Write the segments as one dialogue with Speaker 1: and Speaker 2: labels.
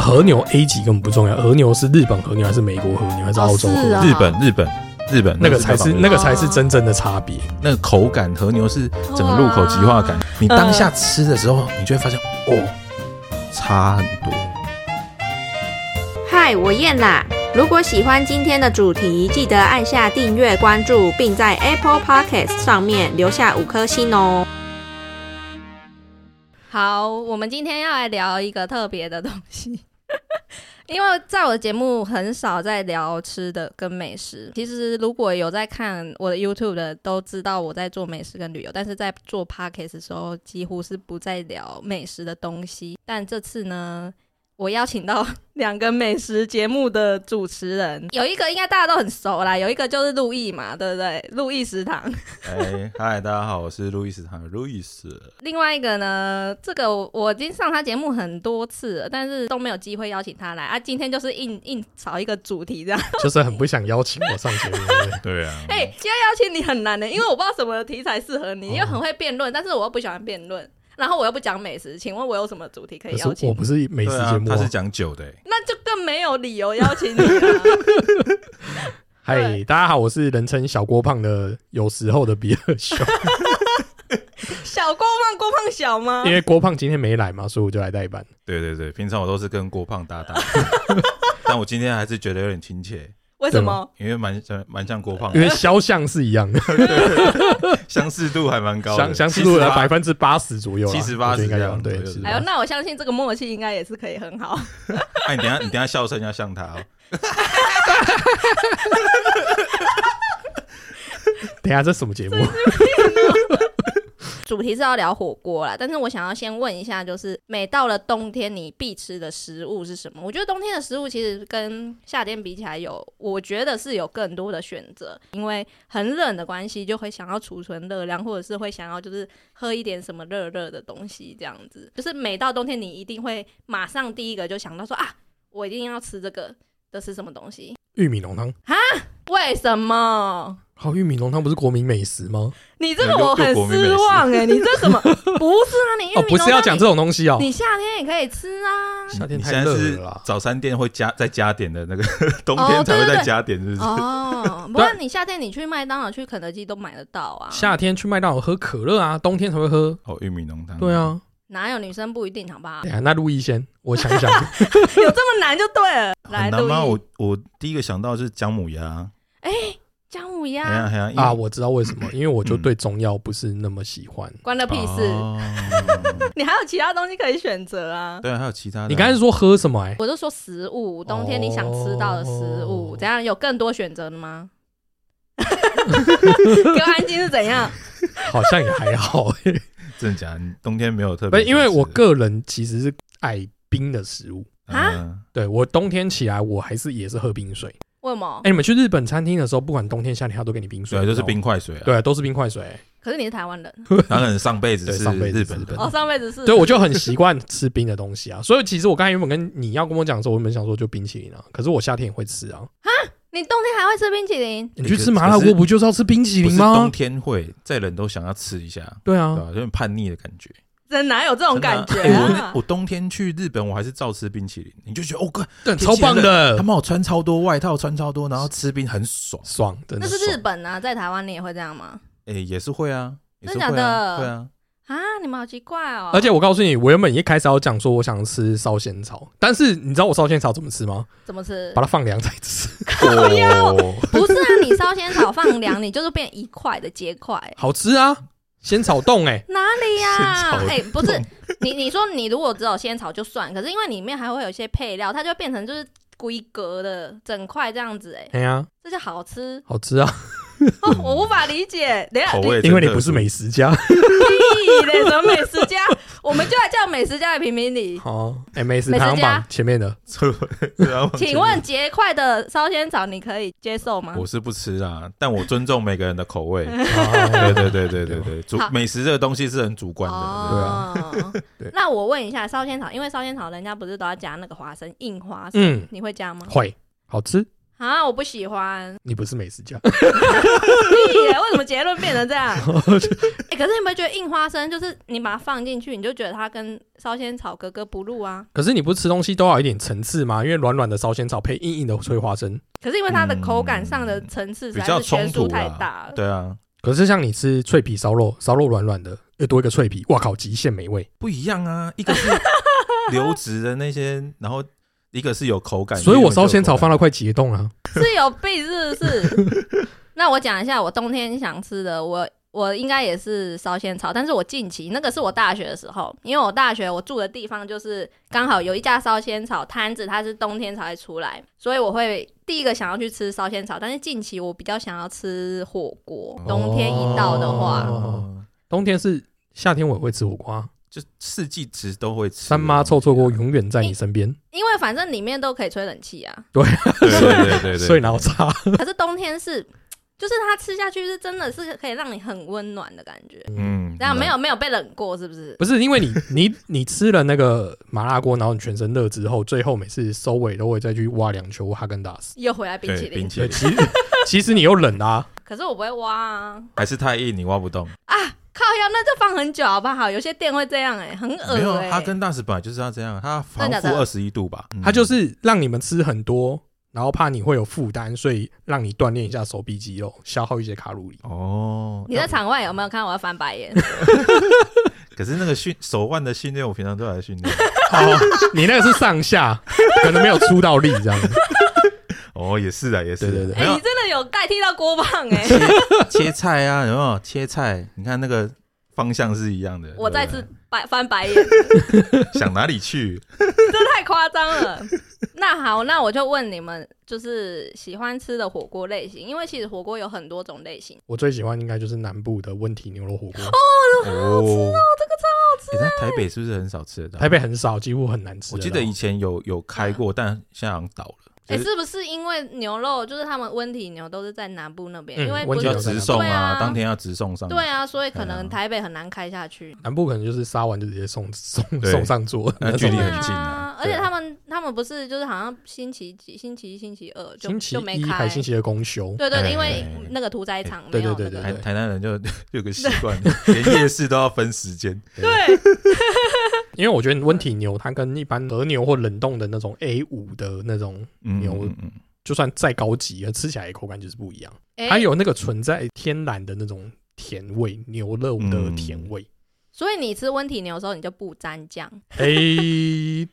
Speaker 1: 和牛 A 级根本不重要，和牛是日本和牛还是美国和牛还是澳洲和
Speaker 2: 是
Speaker 1: 牛？
Speaker 2: 啊
Speaker 3: 日本，日本，日本
Speaker 1: 那个才是
Speaker 3: 日本
Speaker 1: 那个才是真正的差别。
Speaker 3: 那个口感，和牛是整个入口即化感。你当下吃的时候，你就会发现哦，差很多。
Speaker 2: 嗨，我燕啦！如果喜欢今天的主题，记得按下订阅、关注，并在 Apple Podcast 上面留下五颗星哦。好，我们今天要来聊一个特别的东西， 因为在我的节目很少在聊吃的跟美食。其实如果有在看我的 YouTube 的，都知道我在做美食跟旅游，但是在做 Podcast 的时候，几乎是不再聊美食的东西。但这次呢，我邀请到两个美食节目的主持人，有一个应该大家都很熟啦，有一个就是陆毅嘛，对不对？陆毅食堂。
Speaker 3: 哎，嗨，大家好，我是路易斯堂路易斯。
Speaker 2: 另外一个呢，这个我我已经上他节目很多次了，但是都没有机会邀请他来啊。今天就是硬硬找一个主题这样。
Speaker 1: 就是很不想邀请我上节目，对不对
Speaker 3: 对啊，
Speaker 2: 哎、今天邀请你很难的、因为我不知道什么题材适合
Speaker 1: 哦
Speaker 2: 你，又很会辩论，但是我又不喜欢辩论，然后我又不讲美食，请问我有什么主题可以邀
Speaker 1: 可是我
Speaker 2: 请？
Speaker 1: 不是美食
Speaker 3: 对啊
Speaker 1: 节目
Speaker 3: 他
Speaker 1: 啊
Speaker 3: 是。讲酒的、哎
Speaker 2: 那就更没有理由 邀请你啊了。
Speaker 1: 嗨，
Speaker 2: 对
Speaker 1: 大家好，我是人称小郭胖的有时候的比尔 熊，
Speaker 2: 小郭胖，郭胖小吗？
Speaker 1: 因为郭胖今天没来嘛，所以我就来代班。
Speaker 3: 对对对，平常我都是跟郭胖 搭档，但我今天还是觉得有点亲切，
Speaker 2: 为什么？
Speaker 3: 因为蛮像蛮像郭胖
Speaker 1: 因
Speaker 3: 的，
Speaker 1: 为肖像是一样的，
Speaker 3: 相似度还蛮高的，
Speaker 1: 相相似度的
Speaker 3: 78%
Speaker 1: 百分之八十左右啦，
Speaker 3: 78
Speaker 1: 我觉得应该
Speaker 3: 这
Speaker 1: 有
Speaker 3: 样
Speaker 1: 对啊
Speaker 3: 左。右
Speaker 1: 是
Speaker 3: 的
Speaker 1: 吧
Speaker 2: 哎呦，那我相信这个默契应该也是可以很好。
Speaker 3: 哎，你等一下你等一下笑声要像他、哦，
Speaker 1: 等一下这什么节目？
Speaker 2: 主题是要聊火锅啦，但是我想要先问一下，就是每到了冬天，你必吃的食物是什么？我觉得冬天的食物其实跟夏天比起来有，我觉得是有更多的选择，因为很冷的关系，就会想要储存热量，或者是会想要就是喝一点什么热热的东西，这样子。就是每到冬天，你一定会马上第一个就想到说啊，我一定要吃这个，这是什么东西？
Speaker 1: 玉米浓汤。
Speaker 2: 为什么？
Speaker 1: 好，玉米浓汤不是国民美食吗？
Speaker 2: 你这个我很失望哎、你这什么？不是啊，你玉米
Speaker 1: 哦，不是要讲这
Speaker 2: 种，
Speaker 1: 种东西哦。
Speaker 2: 你夏天也可以吃啊。
Speaker 1: 夏天
Speaker 3: 你
Speaker 1: 太
Speaker 3: 现在
Speaker 1: 热
Speaker 3: 是
Speaker 1: 了啦。
Speaker 3: 早餐店会加再加点的 那个，冬
Speaker 2: 哦
Speaker 3: 天才
Speaker 2: 对
Speaker 3: 会
Speaker 2: 对
Speaker 3: 再
Speaker 2: 对
Speaker 3: 加点，是不是？
Speaker 2: 哦，不然你夏天你去麦当劳、去肯德基都买得到啊。
Speaker 1: 夏天去麦当劳喝可乐啊，冬天才会喝。
Speaker 3: 哦，玉米浓汤，
Speaker 1: 对，啊，
Speaker 2: 哪有女生不一定，好吧
Speaker 1: 等？一下那陆毅先，我想一 想，
Speaker 2: 有这么难就对了。来，
Speaker 3: 很难吗？
Speaker 2: 录
Speaker 3: 我
Speaker 2: 音啊
Speaker 3: 我第一个想到的是姜母鸭，
Speaker 2: 姜母
Speaker 3: 哎呀
Speaker 2: 鸭，
Speaker 3: 哎呀因为
Speaker 1: 啊，我知道为什么，因为我就对中药不是那么喜欢。
Speaker 2: 关了屁事。
Speaker 3: 哦
Speaker 2: 你还有其他东西可以选择啊。
Speaker 3: 对啊，还有其他的啊。
Speaker 1: 你刚才是说喝什么？哎，
Speaker 2: 我就说食物，冬天你想吃到的食物，
Speaker 1: 哦
Speaker 2: 怎样有更多选择 的吗？给我安静是怎 样？
Speaker 1: 好像也还好。哎
Speaker 3: 真的假的？你冬天没有特
Speaker 1: 不
Speaker 3: 别
Speaker 1: 是，
Speaker 3: 想吃，
Speaker 1: 因为我个人其实是爱冰的食物。
Speaker 3: 啊，
Speaker 1: 对我冬天起来，我还是也是喝冰水。
Speaker 2: 为什么
Speaker 1: 哎，？你们去日本餐厅的时候，不管冬天夏天，他都给你冰水。
Speaker 3: 对啊，就是
Speaker 1: 你知道
Speaker 3: 冰
Speaker 1: 吗。
Speaker 3: 块水啊。
Speaker 1: 对，都是冰块水。哎
Speaker 2: 可是你是台湾人，
Speaker 3: 他可能上辈子
Speaker 1: 对
Speaker 3: 是
Speaker 1: 上辈子
Speaker 3: 日
Speaker 1: 是
Speaker 3: 本
Speaker 1: 日本
Speaker 3: 人
Speaker 2: 哦，上辈子是
Speaker 1: 对，我就很习惯吃冰的东西啊。所以其实我刚才原本跟你要跟我讲的时候，我原本想说就冰淇淋啊，可是我夏天也会吃啊。
Speaker 2: 你冬天还会吃冰淇淋？
Speaker 1: 你去吃麻辣锅不就是要吃冰淇
Speaker 3: 不
Speaker 1: 淋
Speaker 3: 是
Speaker 1: 吗
Speaker 3: 冬？天会，再冷都想要吃一下，
Speaker 1: 对
Speaker 3: 对
Speaker 1: 啊，
Speaker 3: 吧？有点叛逆的感觉，
Speaker 2: 真哪有这种感觉
Speaker 3: 真的啊哎
Speaker 2: 啊
Speaker 3: 我！我冬天去日本，我还是照吃冰淇淋，你就觉得哦，哥，
Speaker 1: 对，
Speaker 3: 天
Speaker 1: 超
Speaker 3: 气
Speaker 1: 棒
Speaker 3: 他
Speaker 1: 的，
Speaker 3: 妈我穿超多外套，穿超多，然后吃冰很爽。
Speaker 1: 爽，真
Speaker 2: 那
Speaker 1: 的
Speaker 2: 是
Speaker 1: 爽
Speaker 2: 日本啊，在台湾你也会这样吗？
Speaker 3: 哎，也是会啊，也是
Speaker 2: 真假
Speaker 3: 会
Speaker 2: 的
Speaker 3: 啊，会 啊。
Speaker 2: 啊，你们好奇怪哦！
Speaker 1: 而且我告诉你，我原本一开始要讲说我想吃烧仙草，但是你知道我烧仙草怎么吃吗？
Speaker 2: 怎么吃
Speaker 1: 把？它放凉再吃，
Speaker 3: 哦，
Speaker 2: 不是啊，你烧仙草放凉，你就是变一块的结块，
Speaker 1: 好吃啊！仙草冻哎、
Speaker 2: 哪里呀、
Speaker 3: 仙草
Speaker 2: 哎、不是你，你说你如果只有仙草就算，可是因为里面还会有一些配料，它就变成就是规格的整块这样子、哎，
Speaker 1: 哎呀、
Speaker 2: 这就好吃
Speaker 1: 好吃啊！
Speaker 2: 哦，我无法理解。等一下
Speaker 3: 口欸味真特殊，
Speaker 1: 因为你不是美食家
Speaker 2: 屁嘞，什么美食家？我们就来叫美食家来评评理。
Speaker 1: 哦，哎、美食排行
Speaker 2: 美食家
Speaker 1: 榜前 面的，
Speaker 3: 对啊，
Speaker 2: 请问结块的烧仙草你可以接受吗？
Speaker 3: 我是不吃啦，但我尊重每个人的口 味。对
Speaker 1: 哦
Speaker 3: 对对对对对，主
Speaker 2: 好
Speaker 3: 美食这个东西是很主观的。啊
Speaker 2: 哦、
Speaker 1: 对
Speaker 2: 那我问一下烧仙草，因为烧仙草人家不是都要加那个花生硬花生，
Speaker 1: 嗯，
Speaker 2: 你会加吗？
Speaker 1: 会好吃，
Speaker 2: 啊，啊，我不 喜欢。
Speaker 1: 你不是美食家，
Speaker 2: 屁耶！为什么结论变成 这样？
Speaker 3: 哦
Speaker 2: 哎、可是你有没有觉得硬花生就是你把它放进去，你就觉得它跟烧仙草格格不入啊？
Speaker 1: 可是你不吃东西都要有一点层次吗？因为软软的烧仙草配硬硬的翠花生，
Speaker 2: 可是因为它的口感上的层次实
Speaker 3: 比
Speaker 2: 在
Speaker 3: 较
Speaker 2: 是悬
Speaker 3: 冲
Speaker 2: 殊
Speaker 3: 突啊
Speaker 2: 太
Speaker 3: 啦
Speaker 2: 大了。
Speaker 3: 对啊，
Speaker 1: 可是像你吃脆皮烧肉，烧肉软软的，又多一个脆皮，哇靠，极限美味。
Speaker 3: 不一样啊，一个是流质的那些，然后一个是有口感，
Speaker 1: 所以我烧仙草放
Speaker 3: 到
Speaker 1: 到快解冻了。
Speaker 2: 是有病是不是？那我讲一下我冬天想吃的，我我应该也是烧仙草，但是我近期那个是我大学的时候，因为我大学我住的地方就是刚好有一家烧仙草摊子，它是冬天才会出来，所以我会第一个想要去吃烧仙草，但是近期我比较想要吃火锅，冬天一到的话。
Speaker 1: 哦冬天是夏天我也会吃火锅、啊，
Speaker 3: 就四季其实都会吃。啊
Speaker 1: 三妈臭臭锅永远在你身边，
Speaker 2: 因为反正里面都可以吹冷气啊，
Speaker 3: 对对对 对对，
Speaker 1: 所以哪有差？
Speaker 2: 可是冬天是，就是它吃下去是真的是可以让你很温暖的感觉。
Speaker 1: 嗯，
Speaker 3: 嗯，
Speaker 2: 然后没有没有被冷过，是不是？
Speaker 1: 不是因为你你你吃了那个麻辣锅，然后你全身热之后，最后每次收尾都会再去挖两球哈根达斯。
Speaker 2: 又回来冰
Speaker 3: 对
Speaker 2: 淇淋
Speaker 3: 冰，淇
Speaker 1: 对，
Speaker 3: 淋
Speaker 1: 其实 其实你又冷啊，
Speaker 2: 可是我不会挖啊！
Speaker 3: 还是太硬，你挖不动。
Speaker 2: 靠腰那就放很久好不好？有些店会这样哎、很恶
Speaker 3: 没有
Speaker 2: 哎、
Speaker 3: 啊，哈根达斯本来就是要这样，它防
Speaker 2: 真的
Speaker 3: 负
Speaker 2: 假的
Speaker 3: 二十一度吧，嗯
Speaker 1: 它就是让你们吃很多，然后怕你会有负担，所以让你锻炼一下手臂肌肉，消耗一些卡路里。
Speaker 3: 哦。
Speaker 2: 你在场外有没有看我要翻 白眼？
Speaker 3: 可是那个训手腕的训练，我平常都来训 练。
Speaker 1: 哦，你那个是上下，可能没有出到力这样。
Speaker 3: 哦，也是啊，也是啊，
Speaker 1: 对对对
Speaker 2: 哎、
Speaker 3: 没有啊
Speaker 2: 你真的有代替到锅棒 哎、
Speaker 3: 切菜啊，有没有切菜？你看那个方向是一样的。
Speaker 2: 我再
Speaker 3: 对
Speaker 2: 次
Speaker 3: 不
Speaker 2: 白翻白眼，
Speaker 3: 对想哪里去？
Speaker 2: 这太夸张了。 那好，那我就问你们，就是喜欢吃的火锅类型，因为其实火锅有很多种类型。
Speaker 1: 我最喜欢应该就是南部的温体牛肉火锅，
Speaker 3: 哦，这个超好吃、在台北是不是很少吃得到？
Speaker 1: 台北啊很少，几乎很难吃
Speaker 3: 我
Speaker 1: 到。
Speaker 3: 记得以前有有开过，但现在好像倒了。
Speaker 2: 哎、
Speaker 3: 就是
Speaker 2: 是不是因为牛肉，就是他们温体牛都是在南部那边，
Speaker 1: 嗯
Speaker 2: 因为
Speaker 1: 温
Speaker 2: 不
Speaker 1: 体
Speaker 2: 是
Speaker 1: 牛
Speaker 3: 要
Speaker 1: 在
Speaker 3: 直送
Speaker 2: 对啊
Speaker 3: 当天要直送上。
Speaker 2: 对啊，所以可
Speaker 3: 对
Speaker 2: 能
Speaker 3: 啊
Speaker 2: 台北很难开下去。
Speaker 1: 南部可能就是杀完就直接送送
Speaker 3: 对
Speaker 1: 送上桌，
Speaker 3: 那距离
Speaker 2: 对
Speaker 3: 很近
Speaker 2: 啊
Speaker 3: 啊。
Speaker 2: 而且
Speaker 3: 对啊
Speaker 2: 他们他们不是就是好像星期几、星期一、星期二就
Speaker 1: 星期
Speaker 2: 就没
Speaker 1: 一
Speaker 2: 开
Speaker 1: 还，星期二公休，
Speaker 2: 对
Speaker 3: 哎
Speaker 2: 对，
Speaker 3: 哎
Speaker 2: 因为
Speaker 3: 哎哎
Speaker 2: 那个屠宰场
Speaker 1: 对
Speaker 2: 没有
Speaker 1: 对
Speaker 2: 那
Speaker 1: 对
Speaker 2: 个
Speaker 3: 台。台南人就 有个习惯，连夜市都要分时间。
Speaker 2: 对，啊
Speaker 1: 因为我觉得温体牛它跟一般和牛或冷冻的那种 A 五的那种，
Speaker 3: 嗯
Speaker 1: 牛
Speaker 3: 嗯嗯
Speaker 1: 就算再高级，吃起来口感就是不一样。
Speaker 2: 哎
Speaker 1: 它有那个存在天然的那种甜味，牛肉的
Speaker 3: 嗯
Speaker 1: 甜味。
Speaker 2: 所以你吃温体牛的时候，你就不沾酱，
Speaker 1: 啊诶，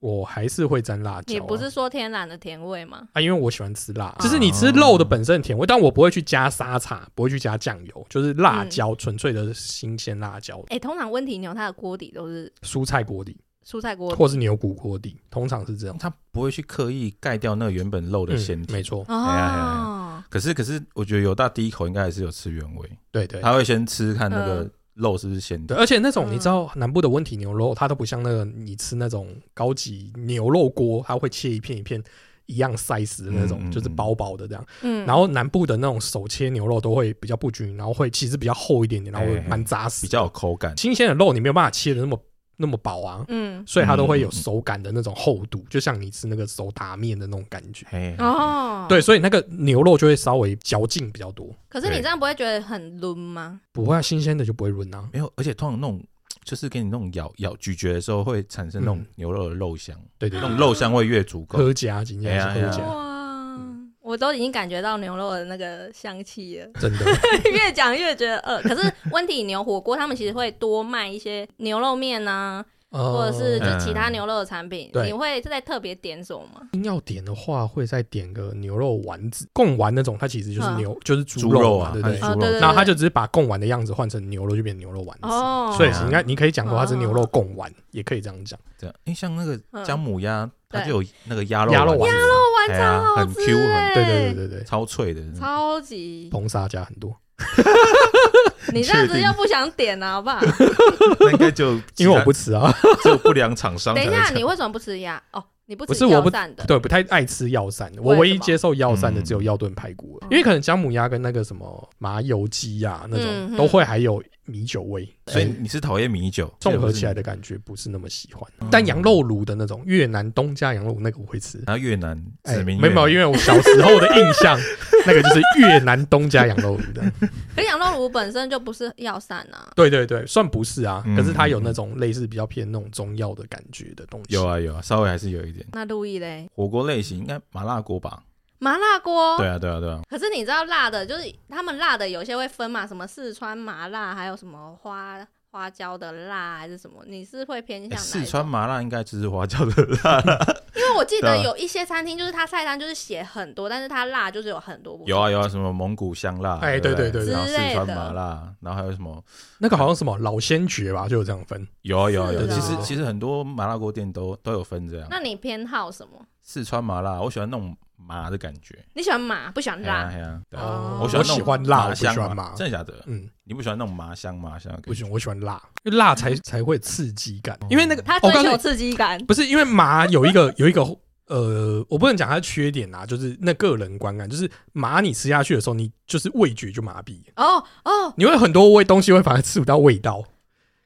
Speaker 1: 我还是会沾辣椒、啊。
Speaker 2: 你不是说天然的甜味吗？
Speaker 1: 啊，因为我喜欢吃辣，就是你吃肉的本身的甜味，但我不会去加沙茶，不会去加酱油，就是辣椒，纯粹的新鲜辣椒，
Speaker 2: 哎，通常温体牛它的锅底都是
Speaker 1: 蔬菜锅底
Speaker 2: 蔬菜锅底
Speaker 1: 或是牛骨锅底，通常是这样。
Speaker 3: 他不会去刻意盖掉那个原本肉的鲜
Speaker 1: 嗯，
Speaker 3: 甜。
Speaker 1: 没错，
Speaker 3: 哎呀哎呀
Speaker 2: 哦，
Speaker 3: 可是可是，我觉得有大第一口应该还是有吃原味，
Speaker 1: 对对
Speaker 3: 他会先吃看那个
Speaker 2: 嗯
Speaker 3: 肉是不是鲜
Speaker 1: 对，
Speaker 3: 的。
Speaker 1: 而且那种你知道南部的温体牛肉，它都不像那个你吃那种高级牛肉锅，它会切一片一片一样 size 的那种，
Speaker 3: 嗯嗯
Speaker 1: 就是薄薄的这样。
Speaker 2: 嗯，
Speaker 1: 哎然后南部的那种手切牛肉都会比较不均匀，然后会其实比较厚一点点，然后会
Speaker 3: 哎哎
Speaker 1: 蛮扎实的。
Speaker 3: 比较有口感，
Speaker 1: 新鲜的肉你没有办法切的那么那么薄啊，
Speaker 2: 嗯，
Speaker 1: 所以它都会有手感的那种厚度，就像你吃那个手打面的那种感觉。
Speaker 3: 嘿，
Speaker 2: 哦，
Speaker 1: 嗯对，。所以那个牛肉就会稍微嚼劲比较多，
Speaker 2: 可是你
Speaker 3: 对
Speaker 2: 这样不会觉得很抡吗？
Speaker 1: 不会啊新鲜的就不会润啊。
Speaker 3: 没有，而且通常那种就是给你那种咬咬咀嚼的时候，会产生那种
Speaker 1: 嗯
Speaker 3: 牛肉的肉香，
Speaker 1: 对对
Speaker 3: 那
Speaker 1: 对，
Speaker 3: 种肉香味越足够。
Speaker 1: 喝加今天是
Speaker 3: 哎呀
Speaker 1: 喝
Speaker 3: 对
Speaker 2: 哦
Speaker 1: 加，
Speaker 2: 哇，我都已经感觉到牛肉的那个香气了。
Speaker 1: 真 的。
Speaker 2: 越讲越觉得饿。 可是温体牛火锅他们其实会多卖一些牛肉面呐、
Speaker 1: 呃
Speaker 2: 或者是就是其他牛肉的产品。
Speaker 1: 对
Speaker 2: 你会再特别点什么吗？
Speaker 1: 硬要点的话，会再点个牛肉丸子、贡丸那种，它其实就是牛，就是
Speaker 3: 猪
Speaker 1: 肉
Speaker 3: 肉
Speaker 1: 嘛，
Speaker 3: 啊，
Speaker 1: 对不
Speaker 3: 它是
Speaker 1: 对？
Speaker 2: 嗯哦
Speaker 3: 猪
Speaker 2: 对
Speaker 3: 肉
Speaker 2: 对
Speaker 1: 然后它就只是把贡丸的样子换成牛肉，就变牛肉丸子。
Speaker 2: 哦，
Speaker 1: 所以
Speaker 3: 是
Speaker 1: 应该你可以讲说它是牛肉贡丸，也可以这样讲。
Speaker 3: 这样。因为像那
Speaker 2: 嗯
Speaker 3: 个姜母鸭，它
Speaker 2: 对
Speaker 3: 就有那个鸭肉
Speaker 1: 鸭肉
Speaker 3: 丸
Speaker 1: 丸
Speaker 3: 子，
Speaker 2: 哇
Speaker 3: 哎呀
Speaker 2: 超好
Speaker 3: 很
Speaker 2: 吃
Speaker 3: Q，很
Speaker 2: 哎
Speaker 1: 对对对对对，
Speaker 3: 超脆的。
Speaker 2: 超级，
Speaker 1: 硼砂加很多，
Speaker 2: 你这样子
Speaker 3: 确定
Speaker 2: 又不想点啊了，好不好？
Speaker 3: 那应该就
Speaker 1: 因为我不吃啊，
Speaker 3: 只有不良厂商才
Speaker 2: 等
Speaker 3: 会
Speaker 2: 一
Speaker 3: 这样。
Speaker 2: 下，你为什么不吃鸭？哦，你不
Speaker 1: 不
Speaker 2: 吃
Speaker 1: 是我
Speaker 2: 药
Speaker 1: 不
Speaker 2: 膳的，
Speaker 1: 对，不太爱吃药膳。
Speaker 2: 么
Speaker 1: 我唯一接受药膳的只有
Speaker 3: 嗯
Speaker 1: 药炖排骨而已，
Speaker 2: 嗯
Speaker 1: 因为可能姜母鸭跟那个什么麻油鸡呀那种
Speaker 2: 嗯
Speaker 1: 都会还有米酒味，
Speaker 3: 所以你是讨厌米酒
Speaker 1: 综合起来的，感觉不是那么喜欢。
Speaker 3: 嗯
Speaker 1: 但羊肉炉的那种越南东家羊肉炉那个我会吃。
Speaker 3: 然后越南
Speaker 1: 哎，
Speaker 3: 指
Speaker 1: 没
Speaker 3: 名
Speaker 1: 有没有，因为我小时候的印象，那个就是越南东家羊肉炉的。
Speaker 2: 可是羊肉炉本身就不是药膳啊，
Speaker 1: 对对对，算不是啊，
Speaker 3: 嗯
Speaker 1: 可是它有那种类似比较偏那种中药的感觉的东西。
Speaker 3: 有啊有啊，稍微还是有一点
Speaker 2: 那路易嘞，
Speaker 3: 火锅类型，应该麻辣锅吧？
Speaker 2: 麻辣锅。
Speaker 3: 对啊对啊对啊，
Speaker 2: 可是你知道辣的，就是他们辣的有些会分嘛，什么四川麻辣，还有什么花花椒的辣还是什么？你是会偏
Speaker 3: 哎
Speaker 2: 向哪一种
Speaker 3: 四川麻辣应该就是花椒 的辣啦。
Speaker 2: 因为我记得
Speaker 3: 对啊
Speaker 2: 有一些餐厅就是它菜单就是写很多，但是它辣就是有很多不同
Speaker 3: 有啊有啊，什么蒙古香辣，
Speaker 1: 哎
Speaker 3: 对不
Speaker 1: 对对
Speaker 2: 对
Speaker 3: 然后
Speaker 2: 之
Speaker 3: 四
Speaker 2: 类
Speaker 3: 川
Speaker 2: 的
Speaker 3: 麻辣，然后还有什么？
Speaker 1: 那个好像什么老先觉吧，就有这样分。
Speaker 3: 有啊有啊有啊，
Speaker 2: 是
Speaker 3: 其
Speaker 2: 啊
Speaker 3: 实其实很多麻辣锅店都都有分这样。
Speaker 2: 那你偏好什么？
Speaker 3: 四川麻辣，我喜欢那种麻的感觉，
Speaker 2: 你喜欢麻不喜欢
Speaker 3: 哎呀
Speaker 2: 辣？
Speaker 3: 哎呀，对啊
Speaker 2: 哦
Speaker 3: 我喜
Speaker 1: 我
Speaker 3: 欢那
Speaker 1: 喜
Speaker 3: 种
Speaker 1: 欢辣，我
Speaker 3: 麻
Speaker 1: 不喜
Speaker 3: 香
Speaker 1: 欢
Speaker 3: 嘛
Speaker 1: 麻。
Speaker 3: 真的假的？
Speaker 1: 嗯，
Speaker 3: 你不喜欢那种麻香麻香的
Speaker 1: 不
Speaker 3: 感觉？
Speaker 1: 行，我喜欢辣，因为辣才才会有刺激感。因为那个，
Speaker 2: 他
Speaker 1: 我
Speaker 2: 追
Speaker 1: 告诉
Speaker 2: 求
Speaker 1: 你，
Speaker 2: 刺激感，
Speaker 1: 不是因为麻有一个有一个呃，我不能讲它的缺点啦，就是那个人观感，就是麻你吃下去的时候，你就是味觉就麻痹了，
Speaker 2: 哦哦，
Speaker 1: 你会很多味东西会反而吃不到味道。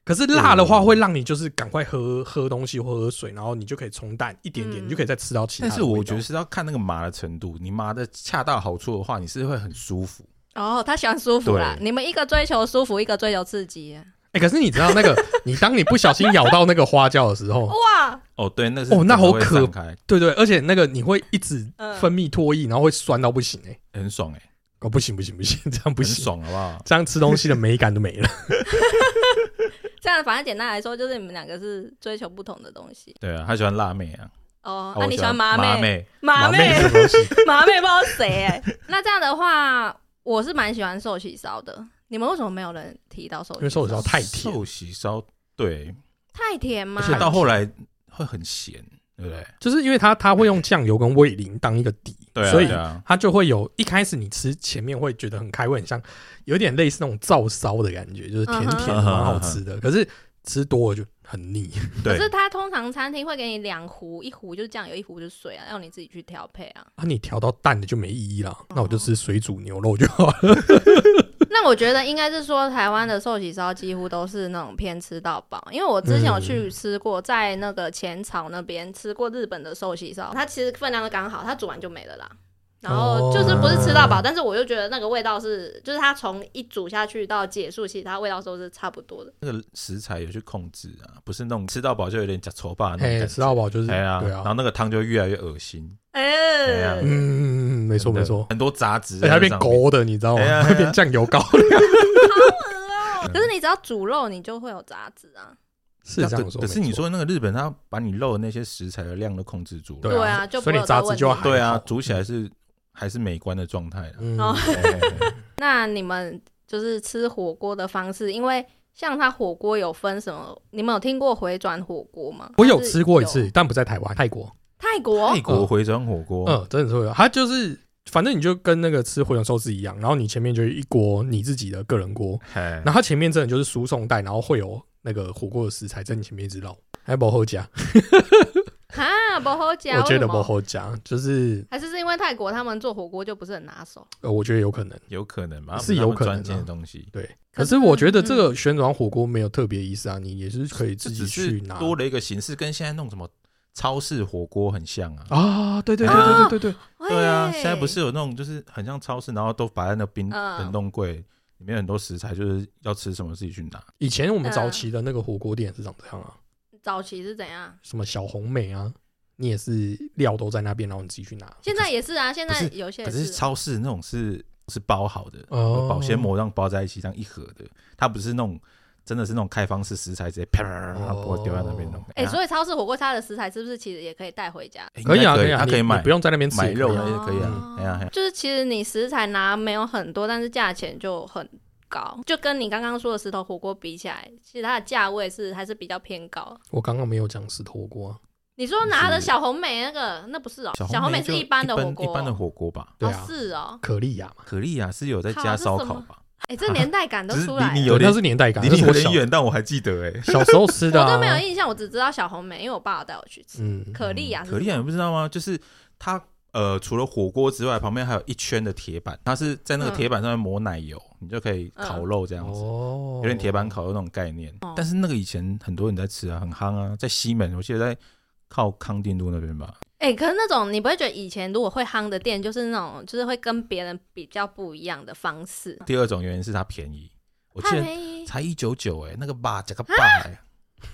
Speaker 1: 可是辣的话，会让你就是赶快喝喝东西或喝水，然后你就可以冲淡一点点，
Speaker 2: 嗯
Speaker 1: 你就可以再吃到其他
Speaker 3: 但
Speaker 1: 的味
Speaker 3: 是
Speaker 1: 道。
Speaker 3: 我觉得是要看那个麻的程度，你麻的恰到好处的话，你是会很舒服。
Speaker 2: 哦，他喜欢舒服啦。
Speaker 3: 对
Speaker 2: 你们一个追求舒服，一个追求刺激。
Speaker 1: 哎、可是你知道那个，你当你不小心咬到那个花椒的时候，
Speaker 2: 哇，
Speaker 3: 哦，对，那是
Speaker 1: 哦那好
Speaker 3: 整个会
Speaker 1: 可
Speaker 3: 散开，
Speaker 1: 对对，而且那个你会一直
Speaker 2: 嗯
Speaker 1: 分泌唾液，然后会酸到不行哎、
Speaker 3: 很爽哎，
Speaker 1: 哦，不行不行不行， 这样不
Speaker 3: 很
Speaker 1: 行，
Speaker 3: 爽好不好？
Speaker 1: 这样吃东西的美感都没了。
Speaker 2: 这样反正简单来说，就是你们两个是追求不同的东西。
Speaker 3: 对啊，他喜欢辣妹啊，啊
Speaker 2: 哦，那
Speaker 3: 我
Speaker 2: 你
Speaker 3: 喜
Speaker 2: 喜欢麻
Speaker 3: 麻
Speaker 2: 妹？
Speaker 3: 妹？
Speaker 2: 麻
Speaker 1: 妹是 什么东西？
Speaker 2: 麻妹不知道谁哎。那这样的话，我是蛮喜欢寿喜烧的。你们为什么没有人提到寿喜？
Speaker 1: 因为寿喜烧哦太甜，
Speaker 3: 寿喜烧对，
Speaker 2: 太甜吗
Speaker 3: 而？且到后来会很咸，对不对？
Speaker 1: 就是因为它它会用酱油跟味淋当一个底，
Speaker 3: 对啊，
Speaker 1: 所以
Speaker 3: 对啊，
Speaker 1: 它就会有一开始你吃前面会觉得很开胃，很像有点类似那种照烧的感觉，就是甜
Speaker 2: 嗯哼
Speaker 1: 甜的蛮好吃的。可是吃多了就很腻。
Speaker 2: 可
Speaker 3: 对
Speaker 2: 是他通常餐厅会给你两壶，一壶就是酱油，一壶就是水啊，让你自己去调配啊。
Speaker 1: 啊，你调到淡的就没意义啦，那我就吃水煮牛肉就好
Speaker 3: 哦
Speaker 1: 了。
Speaker 2: 那我觉得应该是说，台湾的寿喜烧几乎都是那种偏吃到饱，因为我之前有去吃过，在那个浅草那边吃过日本的寿喜烧，它其实分量都刚好，它煮完就没了啦。然后就是不是吃到饱，但是我就觉得那个味道是，就是它从一煮下去到结束，其实它味道都是差不多的。
Speaker 3: 那个食材有去控制啊，不是那种吃到饱就有点假愁吧那种
Speaker 1: 哎，
Speaker 3: 感
Speaker 1: 吃
Speaker 3: 觉。
Speaker 1: 到饱就是
Speaker 3: 哎呀，
Speaker 1: 对
Speaker 3: 然后
Speaker 1: 啊，
Speaker 3: 那个汤就越来越恶心，哎呀
Speaker 2: 哎、
Speaker 1: 嗯，没错
Speaker 3: 真的
Speaker 1: 没错，
Speaker 3: 很多杂质
Speaker 1: 而且
Speaker 3: 在
Speaker 1: 它
Speaker 3: 那
Speaker 1: 变
Speaker 3: 上面，
Speaker 1: 勾的，你知道
Speaker 3: 哎
Speaker 1: 吗？
Speaker 3: 呀哎
Speaker 1: 会变酱油膏，
Speaker 2: 可是你只要煮肉，你就会有杂质啊。
Speaker 1: 是这样
Speaker 3: 可
Speaker 1: 说。
Speaker 3: 可是
Speaker 1: 没
Speaker 3: 你
Speaker 1: 错
Speaker 3: 说那个日本，它把你肉的那些食材的量都控制住了，
Speaker 1: 对
Speaker 2: 对
Speaker 1: 啊
Speaker 2: 啊，就不
Speaker 1: 所以
Speaker 2: 会
Speaker 1: 你
Speaker 2: 有这
Speaker 1: 杂
Speaker 2: 个
Speaker 1: 质
Speaker 2: 问题
Speaker 1: 就要
Speaker 2: 嘛
Speaker 1: 还
Speaker 3: 对啊，
Speaker 1: 好
Speaker 3: 煮起来是还是美观的状态啦。
Speaker 1: 嗯
Speaker 2: 哦
Speaker 3: 哎哎哎
Speaker 2: 那你们就是吃火锅的方式，因为像它火锅有分什么？你们有听过回转火锅吗？
Speaker 1: 我有
Speaker 2: 有哦
Speaker 1: 吃过一次，但不在台湾，泰国。
Speaker 2: 泰国
Speaker 3: 泰国回 转火锅，
Speaker 1: 嗯，真的是会有，它就是反正你就跟那个吃回转寿司一样，然后你前面就是一锅你自己的个人锅，
Speaker 3: 哎
Speaker 1: 然后它前面真的就是输送带，然后会有那个火锅的食材在你前面一直绕，还不好加，
Speaker 2: 哈，不好讲，
Speaker 1: 我觉
Speaker 2: 为什
Speaker 1: 得不
Speaker 2: 么
Speaker 1: 好加，就是
Speaker 2: 还是是因为泰国他们做火锅就不是很拿手，
Speaker 1: 呃，我觉得有可能。
Speaker 3: 有可能吧？
Speaker 1: 是有可能啊
Speaker 3: 他们专精的东西，
Speaker 1: 对，
Speaker 2: 可
Speaker 1: 可
Speaker 2: 是嗯
Speaker 1: 是我觉得这个旋转火锅没有特别意思啊，你也是可以
Speaker 3: 这
Speaker 1: 自
Speaker 3: 只
Speaker 1: 己
Speaker 3: 是
Speaker 1: 去拿
Speaker 3: 多了一个形式，跟现在弄什么超市火锅很像啊。
Speaker 1: 啊，对对对对对对对，
Speaker 3: 对啊，
Speaker 1: 哎
Speaker 2: 喂
Speaker 3: 现在不是有那种就是很像超市，然后都摆在那冰
Speaker 2: 嗯
Speaker 3: 冷冻柜里面很多食材，就是要吃什么自己去拿。
Speaker 1: 以前我们
Speaker 2: 嗯
Speaker 1: 早期的那个火锅店是长这样啊，
Speaker 2: 早期是怎样？
Speaker 1: 什么小红梅啊，你也是料都在那边，然后你自己去拿。
Speaker 2: 现在也是啊，现在
Speaker 3: 是
Speaker 2: 有些
Speaker 3: 可
Speaker 2: 也
Speaker 3: 是
Speaker 2: 是
Speaker 3: 超市那种是是包好的，
Speaker 1: 哦
Speaker 3: 有保鲜膜让包在一起，这样一盒的，它不是那种真的是那种开放式食材，直接啪啪啪啪啪把我丢在那边弄。
Speaker 2: 哎、
Speaker 3: 哎
Speaker 2: 所以超市火锅它的食材是不是其实也可以带回家？
Speaker 3: 应该
Speaker 1: 可以啊，
Speaker 3: 可
Speaker 1: 以啊，
Speaker 3: 它
Speaker 1: 你
Speaker 3: 可以
Speaker 1: 你
Speaker 3: 买
Speaker 1: 不用在那边吃
Speaker 3: 买
Speaker 1: 也可以
Speaker 3: 肉
Speaker 1: 啊
Speaker 3: 那些可以
Speaker 2: 哦
Speaker 3: 啊，哎呀，哎呀
Speaker 2: 就是其实你食材拿没有很多，但是价钱就很高，就跟你刚刚说的石头火锅比起来，其实它的价位是还是比较偏高。
Speaker 1: 我刚刚没有讲石头火锅、啊，
Speaker 2: 你说拿的小红莓那个，那不是哦、小
Speaker 3: 红
Speaker 2: 莓
Speaker 3: 就是
Speaker 2: 般的火锅，
Speaker 3: 一般的火锅吧。
Speaker 1: 对
Speaker 2: 哦
Speaker 1: 啊，
Speaker 2: 是 哦、
Speaker 1: 可丽亚嘛，
Speaker 3: 可丽啊亚是有在
Speaker 2: 好啊
Speaker 3: 加
Speaker 2: 这是
Speaker 3: 烧
Speaker 2: 什
Speaker 3: 烤
Speaker 2: 么
Speaker 3: 吧？
Speaker 2: 哎、这年代感都
Speaker 3: 只是
Speaker 2: 出
Speaker 3: 离
Speaker 2: 来
Speaker 3: 你
Speaker 2: 了。
Speaker 3: 有
Speaker 1: 对
Speaker 3: 点
Speaker 1: 那是年代 感，
Speaker 3: 离
Speaker 1: 那
Speaker 3: 你
Speaker 1: 是
Speaker 3: 有
Speaker 1: 我
Speaker 3: 点
Speaker 1: 小
Speaker 3: 远，但我还记得哎。
Speaker 1: 小时候吃的、
Speaker 2: 我
Speaker 1: 啊，
Speaker 2: 都没有印象，我只知道小红莓，因为我爸有带我去吃。
Speaker 1: 嗯，
Speaker 3: 啊
Speaker 2: 可丽亚是
Speaker 3: 可丽亚你不知道吗？就是它呃，除了火锅之外，旁边还有一圈的铁板，它是在那
Speaker 2: 嗯
Speaker 3: 个铁板上面抹奶油，你就可以烤肉这样子，
Speaker 1: 哦
Speaker 3: 有点铁板烤肉那种概念。
Speaker 2: 哦
Speaker 3: 但是那个以前很多人在吃啊，很夯啊，在西门，我记得在靠康定路那边吧。
Speaker 2: 哎、可是那种你不会觉得以前如果会夯的店，就是那种就是会跟别人比较不一样的方式，
Speaker 3: 第二种原因是它便宜，我记
Speaker 2: 太
Speaker 3: 得
Speaker 2: 便宜。
Speaker 3: 才一九九哎，那个吧加个吧哎、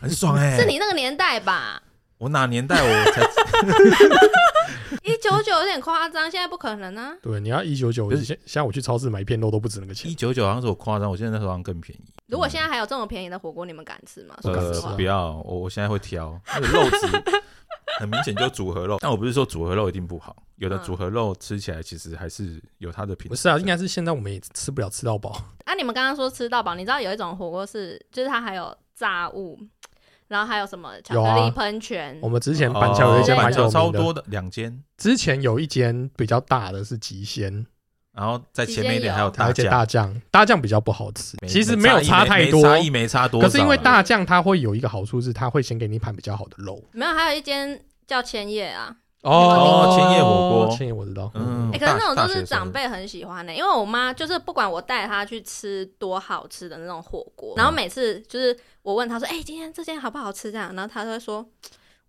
Speaker 3: 很爽哎、
Speaker 2: 啊是你那个年代吧？
Speaker 3: 我哪年代我才
Speaker 2: 一九九有点夸张，现在不可能啊！
Speaker 1: 对，你要一九九，
Speaker 3: 不是
Speaker 1: 现现在我去超市买一片肉都不止那个钱
Speaker 3: 一。九九好像是我夸张，我记得那时候好像更便宜。
Speaker 2: 如果现在还有这么便宜的火锅，你们敢吃吗？
Speaker 1: 不
Speaker 2: 说
Speaker 1: 敢
Speaker 2: 实
Speaker 1: 吃啊
Speaker 3: 呃，
Speaker 2: 话
Speaker 3: 不，要，我我现在会挑那个肉 质，很明显就组合肉。但我不是说组合肉一定不好，有的
Speaker 2: 嗯
Speaker 3: 组合肉吃起来其实还是有它的品质。
Speaker 1: 不是啊，应该是现在我们也吃不了吃到饱。
Speaker 2: 啊，你们刚刚说吃到饱，你知道有一种火锅是，就是它还有炸物，然后还有什么巧克
Speaker 1: 有
Speaker 2: 力
Speaker 1: 啊
Speaker 2: 喷泉
Speaker 1: 我，们之前板桥有一间
Speaker 2: 哦
Speaker 1: 蛮
Speaker 3: 板
Speaker 1: 有
Speaker 3: 桥
Speaker 1: 名
Speaker 3: 超
Speaker 1: 的，
Speaker 3: 多的两间，
Speaker 1: 之前有一间比较大的是极鲜，
Speaker 3: 然后在前面一点还有
Speaker 1: 还有一间
Speaker 3: 酱，
Speaker 1: 大酱，大酱比较不好吃，
Speaker 3: 没
Speaker 1: 其实
Speaker 3: 没
Speaker 1: 没有
Speaker 3: 差
Speaker 1: 差太
Speaker 3: 异没
Speaker 1: 多。
Speaker 3: 差异没差多少
Speaker 1: 可
Speaker 3: 啊。
Speaker 1: 是因为大酱它会有一个好处是，它会先给你一盘比较好的肉
Speaker 2: 没有，还有一间叫千叶啊，
Speaker 3: 哦千叶火锅
Speaker 1: 千叶我知道，
Speaker 3: 嗯
Speaker 1: 嗯
Speaker 2: 哎、，可是
Speaker 3: 大
Speaker 2: 那种都
Speaker 3: 大学
Speaker 2: 是
Speaker 3: 生
Speaker 2: 长辈很喜欢的、因为我妈就是不管我带她去吃多好吃的那种火锅，然后
Speaker 1: 嗯
Speaker 2: 每次就是我问她说，哎、今天这间好不好吃这样，然后她就会说。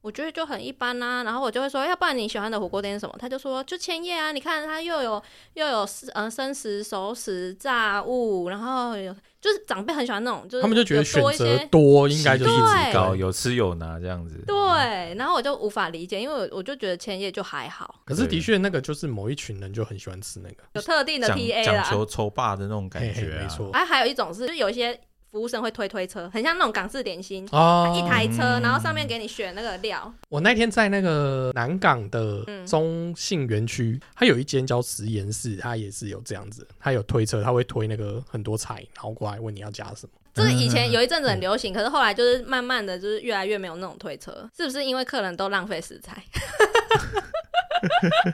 Speaker 2: 我觉得就很一般啦、然后我就会说，要不然你喜欢的火锅店是什么？她就说就千叶啊，你看它又有又有嗯生食、熟食、炸物，然后有就是长辈很喜欢那种，就是
Speaker 1: 他们就觉得
Speaker 2: 有
Speaker 1: 选
Speaker 2: 多一
Speaker 1: 择
Speaker 2: 些
Speaker 1: 多，应该就是
Speaker 2: 对
Speaker 3: 一直高，有吃有拿这样子。
Speaker 2: 对，然后我就无法理解，因为我我就觉得千叶就还好，
Speaker 1: 可是的确，那个就是某一群人就很喜欢吃那个，
Speaker 2: 有特定的
Speaker 3: 讲
Speaker 2: TA 啦，
Speaker 3: 讲求丑霸的那种感
Speaker 1: 嘿
Speaker 3: 觉
Speaker 1: 嘿
Speaker 3: 啊，
Speaker 1: 没错
Speaker 2: 啊，还有一种是，就是有一些服务生会推推车，很像那种港式点心，
Speaker 1: 哦
Speaker 2: 一台车，
Speaker 3: 嗯
Speaker 2: 然后上面给你选那个料。
Speaker 1: 我那天在那个南港的
Speaker 2: 嗯
Speaker 1: 中信园区，它有一间叫实验室，它也是有这样子，它有推车，它会推那个很多菜，然后过来问你要加 什么。
Speaker 2: 这是以
Speaker 3: 嗯
Speaker 2: 前有一阵子很流行，可是后来就是慢慢的就是越来越没有那种推车，是不是因为客人都浪费食材？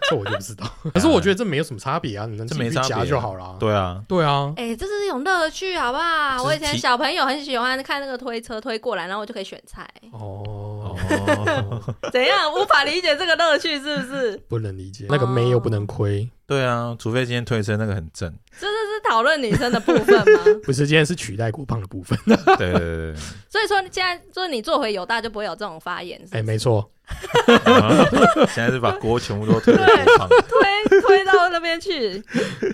Speaker 1: 这我就不知 道，可是我觉得这没有什么差别啊，你能
Speaker 3: 啊这
Speaker 1: 自己
Speaker 3: 没
Speaker 1: 去
Speaker 3: 差别
Speaker 1: 夹
Speaker 3: 啊
Speaker 1: 就好啦。
Speaker 3: 对啊，
Speaker 1: 对啊，
Speaker 2: 哎、这是一种乐趣，好不
Speaker 3: 这
Speaker 2: 好？
Speaker 3: 是
Speaker 2: 我以前
Speaker 3: 提
Speaker 2: 小朋友很喜欢看那个推车推过来，然后我就可以选菜，
Speaker 1: 哦，
Speaker 3: 哦，
Speaker 2: 怎样？无法理解这个乐趣是不是？
Speaker 1: 不能理解，那个妹又不
Speaker 2: 哦
Speaker 1: 能亏，
Speaker 3: 对啊，除非今天推车那个很正，
Speaker 2: 这就是讨论女生的部分吗？
Speaker 1: 不是，今天是取代骨胖的部分。
Speaker 3: 对对对对
Speaker 2: 所以说现在就是你做回犹大就不会有这种发言，是
Speaker 1: 哎，
Speaker 2: 不
Speaker 1: 没
Speaker 2: 是？
Speaker 1: 错，
Speaker 3: 对，啊 现在是把锅全部都推给
Speaker 2: 对
Speaker 3: 对方。
Speaker 2: 推推到那边去。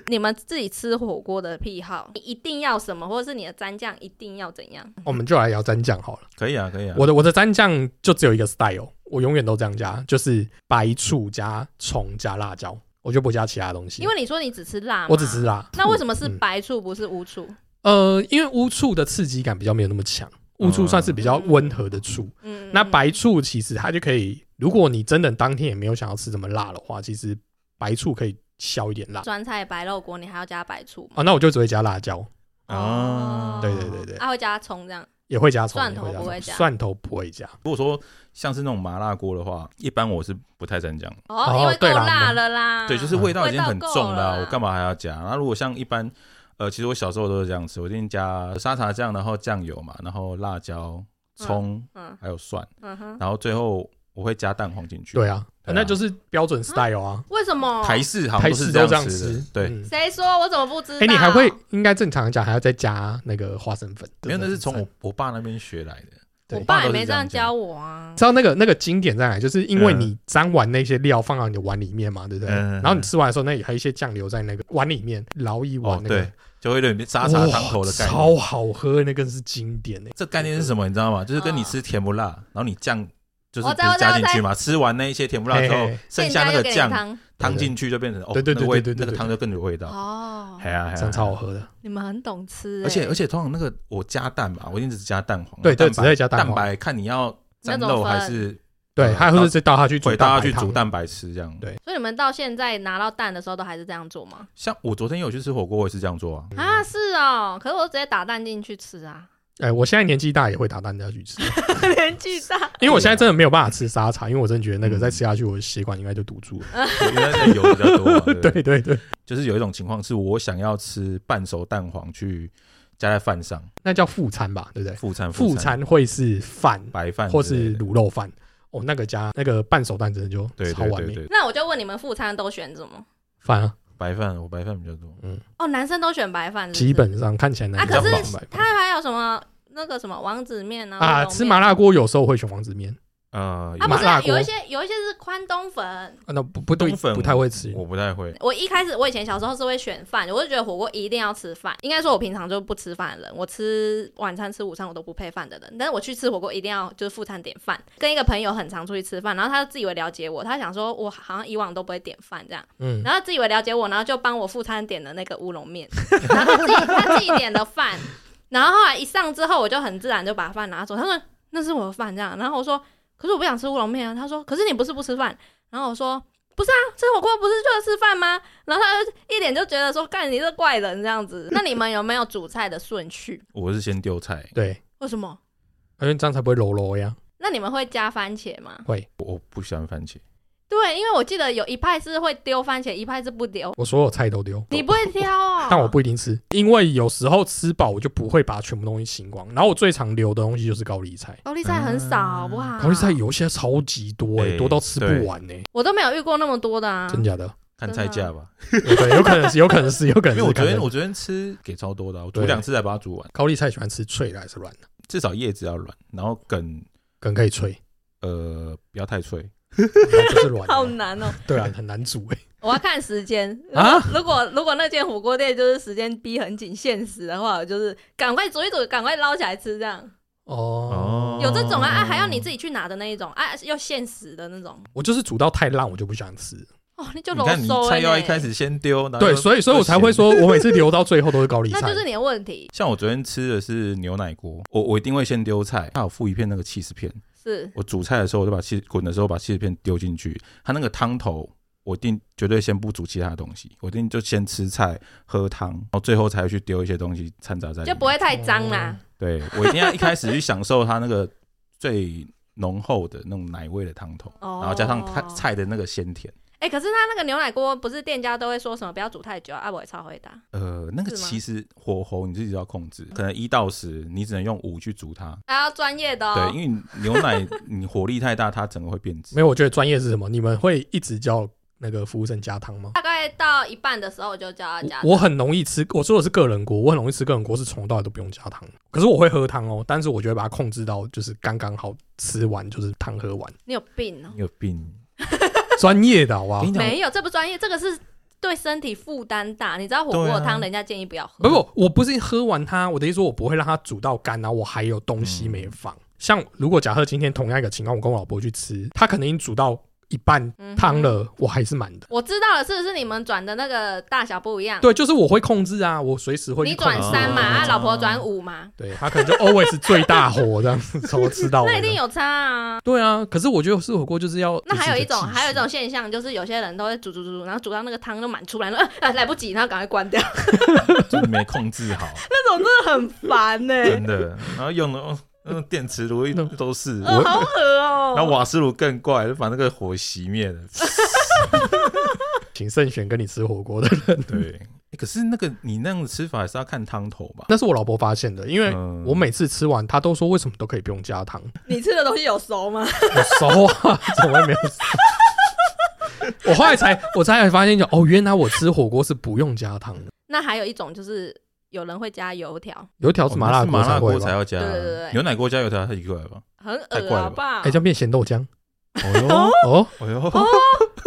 Speaker 2: 你们自己吃火锅的癖好，你一定要什么，或者是你的蘸酱一定要怎样？
Speaker 1: 我们就来聊蘸酱好了。
Speaker 3: 可以啊，
Speaker 2: 嗯
Speaker 3: 可以啊。
Speaker 1: 我的我的蘸酱就只有一个 style，我永远都这样加，就是白醋加葱加辣椒，我就不加其他东西。
Speaker 2: 因为你说你只吃辣嘛，
Speaker 1: 我只吃。辣，
Speaker 2: 那为什么是
Speaker 1: 嗯
Speaker 2: 白醋不是乌醋？
Speaker 1: 呃，因为乌醋的刺激感比较没有那么强，乌醋算是比较温和的醋。
Speaker 2: 哦嗯，
Speaker 1: 那白醋其实它就可以，如果你真的当天也没有想要吃这么辣的话，其实白醋可以消一点辣。
Speaker 2: 嗯酸菜白肉锅你还要加白醋吗？
Speaker 1: 哦，那我就只会加辣椒，
Speaker 3: 啊，
Speaker 1: 哦对对对对
Speaker 2: 还、会加葱这样。
Speaker 1: 也会加葱，
Speaker 2: 蒜头
Speaker 1: 也
Speaker 2: 不会
Speaker 1: 会
Speaker 2: 加
Speaker 1: 葱蒜头不会加。
Speaker 3: 如果说像是那种麻辣锅的话，一般我是不太蘸酱的。
Speaker 2: 哦，
Speaker 1: 哦
Speaker 2: 因为够
Speaker 1: 对啦
Speaker 2: 辣了啦。
Speaker 3: 对，就是味道已经很
Speaker 2: 味道
Speaker 3: 重
Speaker 2: 够
Speaker 3: 了啊、
Speaker 2: 了啦
Speaker 3: 我干嘛还要加？那如果像一般，呃，其实我小时候都是这样吃，我一定加沙茶酱，然后酱油嘛，然后辣椒、葱，
Speaker 2: 嗯
Speaker 3: 还有蒜，
Speaker 2: 嗯哼，
Speaker 3: 然后最后我会加蛋黄进去。
Speaker 1: 对啊，
Speaker 3: 对啊
Speaker 1: 那就是标准 style 啊，
Speaker 2: 为什么？
Speaker 3: 台式好像
Speaker 1: 台
Speaker 3: 都
Speaker 1: 式
Speaker 3: 是
Speaker 1: 都
Speaker 3: 这
Speaker 1: 这样
Speaker 3: 吃
Speaker 1: 吃
Speaker 3: 的。。对，
Speaker 1: 嗯
Speaker 2: 谁说我怎么不知道？
Speaker 1: 哎、你还会应该正常讲还要再加那个花生粉，
Speaker 3: 没有，那是从
Speaker 1: 真的
Speaker 3: 我我爸那边学来的。
Speaker 1: 对
Speaker 2: 我爸也
Speaker 3: 都是
Speaker 2: 没这
Speaker 3: 这
Speaker 2: 样
Speaker 3: 样
Speaker 2: 教我啊
Speaker 1: 你知。道那个那个经典在哪里？就是因为
Speaker 3: 嗯
Speaker 1: 你沾完那些料放到你的碗里面嘛，对不对？
Speaker 3: 嗯
Speaker 1: 然后你吃完的时候，那里还有一些酱留在那个碗里面，捞一碗
Speaker 3: 哦，
Speaker 1: 那个，
Speaker 3: 对，就会有点沙茶汤头的概
Speaker 1: 哇超
Speaker 3: 念。
Speaker 1: 好喝，那更是经典欸诶、
Speaker 3: 这概念是什么？你知道吗？就是跟你
Speaker 2: 嗯
Speaker 3: 吃甜不辣，然后你酱就是
Speaker 2: 我
Speaker 3: 不
Speaker 2: 知道
Speaker 3: 是加
Speaker 2: 我知
Speaker 3: 进
Speaker 2: 道
Speaker 3: 去嘛，吃完那一些甜不辣
Speaker 1: 嘿
Speaker 3: 之后
Speaker 1: 嘿，
Speaker 3: 剩下那个
Speaker 2: 店家又
Speaker 3: 酱
Speaker 2: 给你汤
Speaker 3: 汤进去就变成哦，
Speaker 1: 对对对
Speaker 3: 那个味
Speaker 1: 对对对
Speaker 3: 那个汤就更有味道。
Speaker 2: 哦，
Speaker 3: 哎呀，
Speaker 1: 这样超好喝的。
Speaker 2: 你们很懂吃、欸，
Speaker 3: 而且而且通常那个我加蛋吧，我一定只加蛋黄，啊
Speaker 1: 对对
Speaker 3: 蛋白
Speaker 1: 只会加蛋
Speaker 3: 蛋
Speaker 1: 黄
Speaker 3: 白，看你要沾肉还是
Speaker 1: 对，还有就是再倒下去煮
Speaker 3: 回大
Speaker 1: 蛋
Speaker 3: 家
Speaker 1: 白
Speaker 3: 去煮
Speaker 1: 汤，
Speaker 3: 蛋白吃这样。
Speaker 1: 对
Speaker 2: 所以你们到现在拿到蛋的时候都还是这样做吗？
Speaker 3: 像我昨天有去吃火锅，我也是这样做啊。
Speaker 2: 啊，是哦，可是我直接打蛋进去吃啊，
Speaker 1: 哎、我现在年纪大也会打蛋下去吃，
Speaker 2: 年纪大，
Speaker 1: 因为我现在真的没有办法吃沙茶，因为我真的觉得那
Speaker 3: 嗯
Speaker 1: 个再吃下去，我的血管应该就堵住了。
Speaker 3: 因为那个油比较多嘛，对不对
Speaker 1: 对对对，
Speaker 3: 就是有一种情况是我想要吃半熟蛋黄去加在饭上，
Speaker 1: 那叫副餐吧，对不对？
Speaker 3: 副餐
Speaker 1: 副餐会是饭
Speaker 3: 白饭
Speaker 1: 或
Speaker 3: 之类
Speaker 1: 是
Speaker 3: 的
Speaker 1: 卤肉饭。哦，那个加那个半熟蛋真的就
Speaker 3: 对
Speaker 1: 超
Speaker 3: 对
Speaker 1: 完
Speaker 3: 对
Speaker 1: 美，
Speaker 3: 对，
Speaker 2: 那我就问你们，副餐都选什么？
Speaker 1: 饭啊，
Speaker 3: 白饭我白饭比较多，
Speaker 2: 哦，男生都选白饭，是不是
Speaker 1: 基本上看起来
Speaker 2: 啊，
Speaker 1: 难
Speaker 2: 可
Speaker 3: 比较
Speaker 2: 是他还有什么那个什么王子面啊？
Speaker 1: 啊，
Speaker 2: 乌龙
Speaker 1: 吃
Speaker 2: 面
Speaker 1: 麻辣锅有时候会选王子面，
Speaker 3: 呃，
Speaker 2: 啊，不是
Speaker 1: 麻
Speaker 2: 啊
Speaker 1: 辣锅
Speaker 2: 有一些有一些是宽冬粉。
Speaker 1: 啊，那不不对，
Speaker 3: 冬粉
Speaker 1: 不太会吃
Speaker 3: 我不太会，
Speaker 2: 我一开始我以前小时候是会选饭，我就觉得火锅一定要吃饭。应该说，我平常就不吃饭的人，我吃晚餐、吃午餐我都不配饭的人。但是我去吃火锅一定要就是副餐点饭。跟一个朋友很常出去吃饭，然后他就自以为了解我，他想说我好像以往都不会点饭这样。
Speaker 1: 嗯，
Speaker 2: 然后自以为了解我，然后就帮我副餐点了那个乌龙面， 然后他自己他自己点的饭，然后后来一上之后，我就很自然就把饭拿走。他说嗯那是我的饭这样，然后我说可是我不想吃乌龙面啊。他说可是你不是不吃饭，然后我说不是啊，吃火锅不是就是吃饭吗？然后他就一脸就觉得说干你这怪人这样子。
Speaker 1: 嗯
Speaker 2: 那你们有没有煮菜的顺序？
Speaker 3: 我是先丢菜，
Speaker 1: 对，
Speaker 2: 为什么？
Speaker 1: 因为这样才不会柔柔呀，
Speaker 2: 那你们会加番茄吗？
Speaker 3: 我我不喜欢番茄，
Speaker 2: 对，因为我记得有一派是会丢番茄，一派是不丢。
Speaker 1: 我所有菜都丢，
Speaker 2: 你不会挑哦？
Speaker 1: 哦但我不一定吃，因为有时候吃饱我就不会把全部东西清光。然后我最常留的东西就是高丽菜，
Speaker 2: 高丽菜很少，好不好？
Speaker 1: 嗯高丽菜有些超级多哎、
Speaker 3: 哎
Speaker 1: 多到吃不完哎、
Speaker 2: 我都没有遇过那么多的啊。
Speaker 1: 真假的？
Speaker 3: 看菜价吧，
Speaker 1: 对，有可能是，有可能是，有可
Speaker 3: 因
Speaker 1: 能是。
Speaker 3: 为我昨
Speaker 1: 看
Speaker 3: 天
Speaker 1: 着
Speaker 3: 我昨天吃给超多的啊，我煮
Speaker 1: 对
Speaker 3: 两次才把它煮完，
Speaker 1: 高丽菜喜欢吃脆的还是软的？
Speaker 3: 至少叶子要软，然后梗
Speaker 1: 梗可以 脆，
Speaker 3: 呃不要太脆，
Speaker 1: 它就是软
Speaker 2: 好
Speaker 1: 的，
Speaker 2: 难哦！
Speaker 1: 对啊，很难煮哎、
Speaker 2: 我要看时间
Speaker 1: 啊
Speaker 2: 如果如果那间火锅店就是时间逼很紧，限时的话，我就是赶快煮一煮，赶快捞起来吃，这样
Speaker 1: 哦
Speaker 3: 哦，
Speaker 2: 有这种啊啊，还要你自己去拿的那一种啊，要限时的那种
Speaker 1: 我就是煮到太烂，我就不想吃。
Speaker 2: 哦，那就
Speaker 3: 你
Speaker 2: 啰
Speaker 3: 看你
Speaker 2: 嗦
Speaker 3: 菜
Speaker 2: 欸
Speaker 3: 要一开始先丢，然后
Speaker 1: 对，
Speaker 3: 又
Speaker 1: 所以所以我才会
Speaker 3: 又咸
Speaker 1: 说，我每次留到最后都是高丽
Speaker 2: 那
Speaker 1: 菜。
Speaker 2: 就是你的问题，
Speaker 3: 像我昨天吃的是牛奶锅，我我一定会先丢菜，它有附一片那个起司片。
Speaker 2: 是
Speaker 3: 我煮菜的时候，我就把气滚的时候把起司片丢进去，它那个汤头我一定绝对先不煮其他东西，我一定就先吃菜喝汤，然后最后才会去丢一些东西掺杂在里面。
Speaker 2: 就不会太脏啦。
Speaker 3: 对我一定要一开始去享受它那个最浓厚的那种奶味的汤头，
Speaker 2: 哦
Speaker 3: 然后加上它菜的那个鲜甜。
Speaker 2: 哎，可是他那个牛奶锅不是店家都会说什么不要煮太久啊，啊我也超会打
Speaker 3: 呃，那个
Speaker 2: 是吗
Speaker 3: 其实火候你自己要控制，可能一到十你只能用五去煮它，
Speaker 2: 还要专业的
Speaker 3: 对，
Speaker 2: 哦。
Speaker 3: 因为你牛奶你火力太大，它整个会变质。
Speaker 1: 没有，我觉得专业是什么？你们会一直叫那个服务生加汤吗？
Speaker 2: 大概到一半的时候我就叫他加
Speaker 1: 我我很容易吃，我说的是个人锅，我很容易吃个人锅，是从头到尾都不用加汤。可是我会喝汤哦，但是我就会把它控制到就是刚刚好吃完，就是汤喝完。
Speaker 2: 你有病哦。
Speaker 3: 你有病！
Speaker 1: 专业的好不
Speaker 3: 我
Speaker 1: 好
Speaker 3: 跟？你讲，
Speaker 2: 没有，这不专业，这个是对身体负担大。你知道火
Speaker 3: 对
Speaker 2: 锅
Speaker 3: 啊
Speaker 2: 汤，人家建议不要
Speaker 1: 不
Speaker 2: 喝。
Speaker 1: 不，我不是喝完它，我的意思说我不会让它煮到干，然后我还有东西没放。
Speaker 2: 嗯
Speaker 1: 像如果假设今天同样一个情况，我跟我老婆去吃，她可能已经煮到一半
Speaker 2: 嗯哼
Speaker 1: 汤了，我还是满的。
Speaker 2: 我知道了，是不是你们转的那个大小不一样？
Speaker 1: 对，就是我会控制啊，我随时会去
Speaker 2: 嗯你
Speaker 1: 控制
Speaker 2: 转三嘛，
Speaker 3: 哦
Speaker 2: 啊，老婆转五嘛，
Speaker 1: 对他可能就 always 最大火这样子，从头吃到
Speaker 3: 哦
Speaker 2: 那
Speaker 1: 尾
Speaker 2: 一
Speaker 1: 的
Speaker 2: 定。有差啊。
Speaker 1: 对啊，可是我觉得吃火锅就是要
Speaker 2: 那还有一种，
Speaker 1: 自己的技术
Speaker 2: 还有一种现象，就是有些人都会煮煮煮，然后煮到那个汤都满出来了， 呃呃来不及，然后赶快关掉，
Speaker 3: 就是没控制好，
Speaker 2: 那种真的很烦呢、
Speaker 3: 真的。然后用的哦那种电磁炉一都是，
Speaker 2: 呃，好恶哦、
Speaker 3: 然后瓦斯炉更怪，就把那个火熄 灭了。
Speaker 1: 请慎选跟你吃火锅的。
Speaker 3: 对，欸可是那个你那样的吃法还是要看汤头吧？
Speaker 1: 那是我老婆发现的，因为
Speaker 3: 嗯
Speaker 1: 我每次吃完，她都说为什么都可以不用加糖，
Speaker 2: 你吃的东西有 熟吗？
Speaker 1: 我熟啊，从来没有熟。我后来才我才发现就，哦，原来我吃火锅是不用加糖的，
Speaker 2: 那还有一种就是有人会加油条，
Speaker 1: 油条是麻辣锅
Speaker 3: 哦那是麻
Speaker 1: 才
Speaker 3: 辣
Speaker 1: 会
Speaker 3: 锅
Speaker 1: 吧
Speaker 3: 才？要加，
Speaker 2: 对对对对
Speaker 3: 牛奶锅加油条它一块吧？
Speaker 2: 很
Speaker 3: 太
Speaker 2: 恶
Speaker 3: 怪了吧
Speaker 2: 好不好？
Speaker 1: 哎，这样变咸豆浆
Speaker 3: 哦
Speaker 1: 哦，
Speaker 3: 哟，哦哟，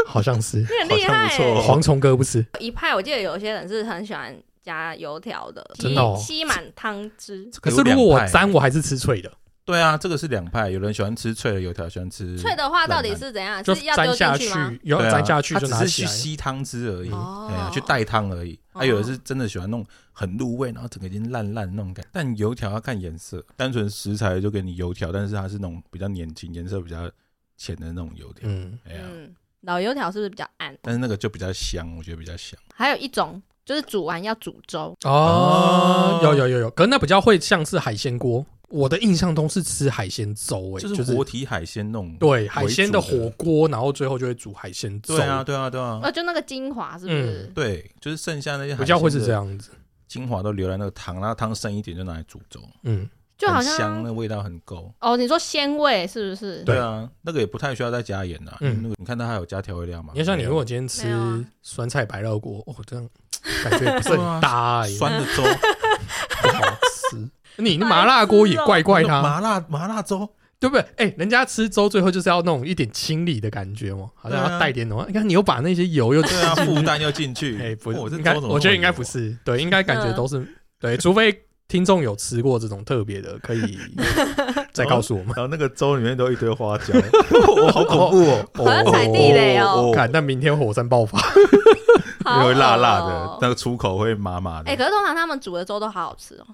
Speaker 1: 好像 是。
Speaker 2: 你很厉
Speaker 3: 好像
Speaker 2: 害、
Speaker 3: 不
Speaker 2: 欸
Speaker 3: 错哦。
Speaker 1: 蝗虫哥不吃，
Speaker 2: 一派，我记得有些人是很喜欢加油条的，
Speaker 1: 真的哦
Speaker 2: 吸吸满汤汁。
Speaker 3: 这
Speaker 1: 可
Speaker 3: 个
Speaker 1: 是如
Speaker 3: 有两
Speaker 1: 果我
Speaker 3: 派
Speaker 1: 沾，我还是吃脆的，
Speaker 3: 对啊，这个是两派，有人喜欢吃脆的油条，喜欢吃
Speaker 2: 脆的话到底是怎样？
Speaker 1: 就是
Speaker 2: 要
Speaker 1: 沾
Speaker 2: 丢
Speaker 1: 下
Speaker 2: 进
Speaker 1: 去
Speaker 2: 吗？，
Speaker 1: 要
Speaker 3: 对啊
Speaker 1: 沾下去
Speaker 3: 它
Speaker 1: 就
Speaker 3: 只
Speaker 1: 拿
Speaker 3: 是
Speaker 1: 起
Speaker 3: 去
Speaker 1: 来。
Speaker 3: 吸汤汁而已，
Speaker 2: 哦
Speaker 3: 哎呀，去带汤而已。
Speaker 2: 哦
Speaker 3: 还有的是真的喜欢弄很入味，然后整个已经烂烂那种感觉。但油条要看颜色，单纯食材就给你油条，但是它是那种比较年轻、颜色比较浅的那种油条。
Speaker 1: 嗯，
Speaker 3: 哎呀，
Speaker 2: 嗯，老油条是不是比较暗？
Speaker 3: 但是那个就比较香，我觉得比较香。
Speaker 2: 还有一种就是煮完要煮粥，
Speaker 1: 哦
Speaker 3: 哦，
Speaker 1: 有有有有，可是那比较会像是海鲜锅。我的印象中是吃海鲜粥、欸，
Speaker 3: 就是活体海鲜那种。
Speaker 1: 对海鲜的
Speaker 3: 为主的
Speaker 1: 火锅，然后最后就会煮海鲜粥。
Speaker 3: 对啊，，对啊，对啊，
Speaker 2: 呃，就那个精华是不
Speaker 1: 嗯
Speaker 2: 是？
Speaker 3: 对，就是剩下那些海
Speaker 1: 比较会是
Speaker 3: 鲜的
Speaker 1: 这样子。
Speaker 3: 精华都留在那个汤，然后汤剩一点就拿来煮粥。
Speaker 1: 嗯，
Speaker 2: 就好
Speaker 3: 很香，
Speaker 2: 像
Speaker 3: 那味道很够。
Speaker 2: 哦，你说鲜味是不是？
Speaker 1: 对
Speaker 3: 对啊，那个也不太需要再加盐啦。
Speaker 1: 嗯
Speaker 3: 嗯，你看它还有加调味料嘛？
Speaker 1: 你看像你
Speaker 3: 没有
Speaker 1: 如果今天吃
Speaker 2: 没有啊
Speaker 1: 酸菜白肉锅，哦，这样感觉不是
Speaker 3: 啊
Speaker 1: 很搭、欸，
Speaker 3: 酸的粥，
Speaker 1: 不好吃。 你那麻辣锅也怪 怪
Speaker 3: 那
Speaker 1: 他，
Speaker 3: 麻辣麻辣粥，
Speaker 1: 对不对？哎、人家吃粥最后就是要那种一点清理的感觉嘛，好像
Speaker 3: 对
Speaker 1: 要
Speaker 3: 啊
Speaker 1: 带点什么。你看你又把那些油又吃
Speaker 3: 对啊，
Speaker 1: 进去
Speaker 3: 负担要进去。 哦
Speaker 1: 哎、不，
Speaker 3: 我这
Speaker 1: 应
Speaker 3: 粥
Speaker 1: 该
Speaker 3: 怎么
Speaker 1: 我觉得
Speaker 3: 会
Speaker 1: 应该
Speaker 3: 有啊
Speaker 1: 不是，对，应该感觉
Speaker 2: 嗯
Speaker 1: 都是对，除非听众有吃过这种特别的，可以再告诉我们。
Speaker 3: 然后那个粥里面都一堆花 椒，我、好恐怖哦！
Speaker 1: 哦
Speaker 2: 好像踩地雷哦
Speaker 1: 看，但明天火山爆发，哦
Speaker 2: 好
Speaker 3: 会辣辣
Speaker 2: 恶
Speaker 3: 的
Speaker 2: 哦，
Speaker 3: 那个出口会麻麻的。
Speaker 2: 哎、可是通常他们煮的粥都好好吃哦。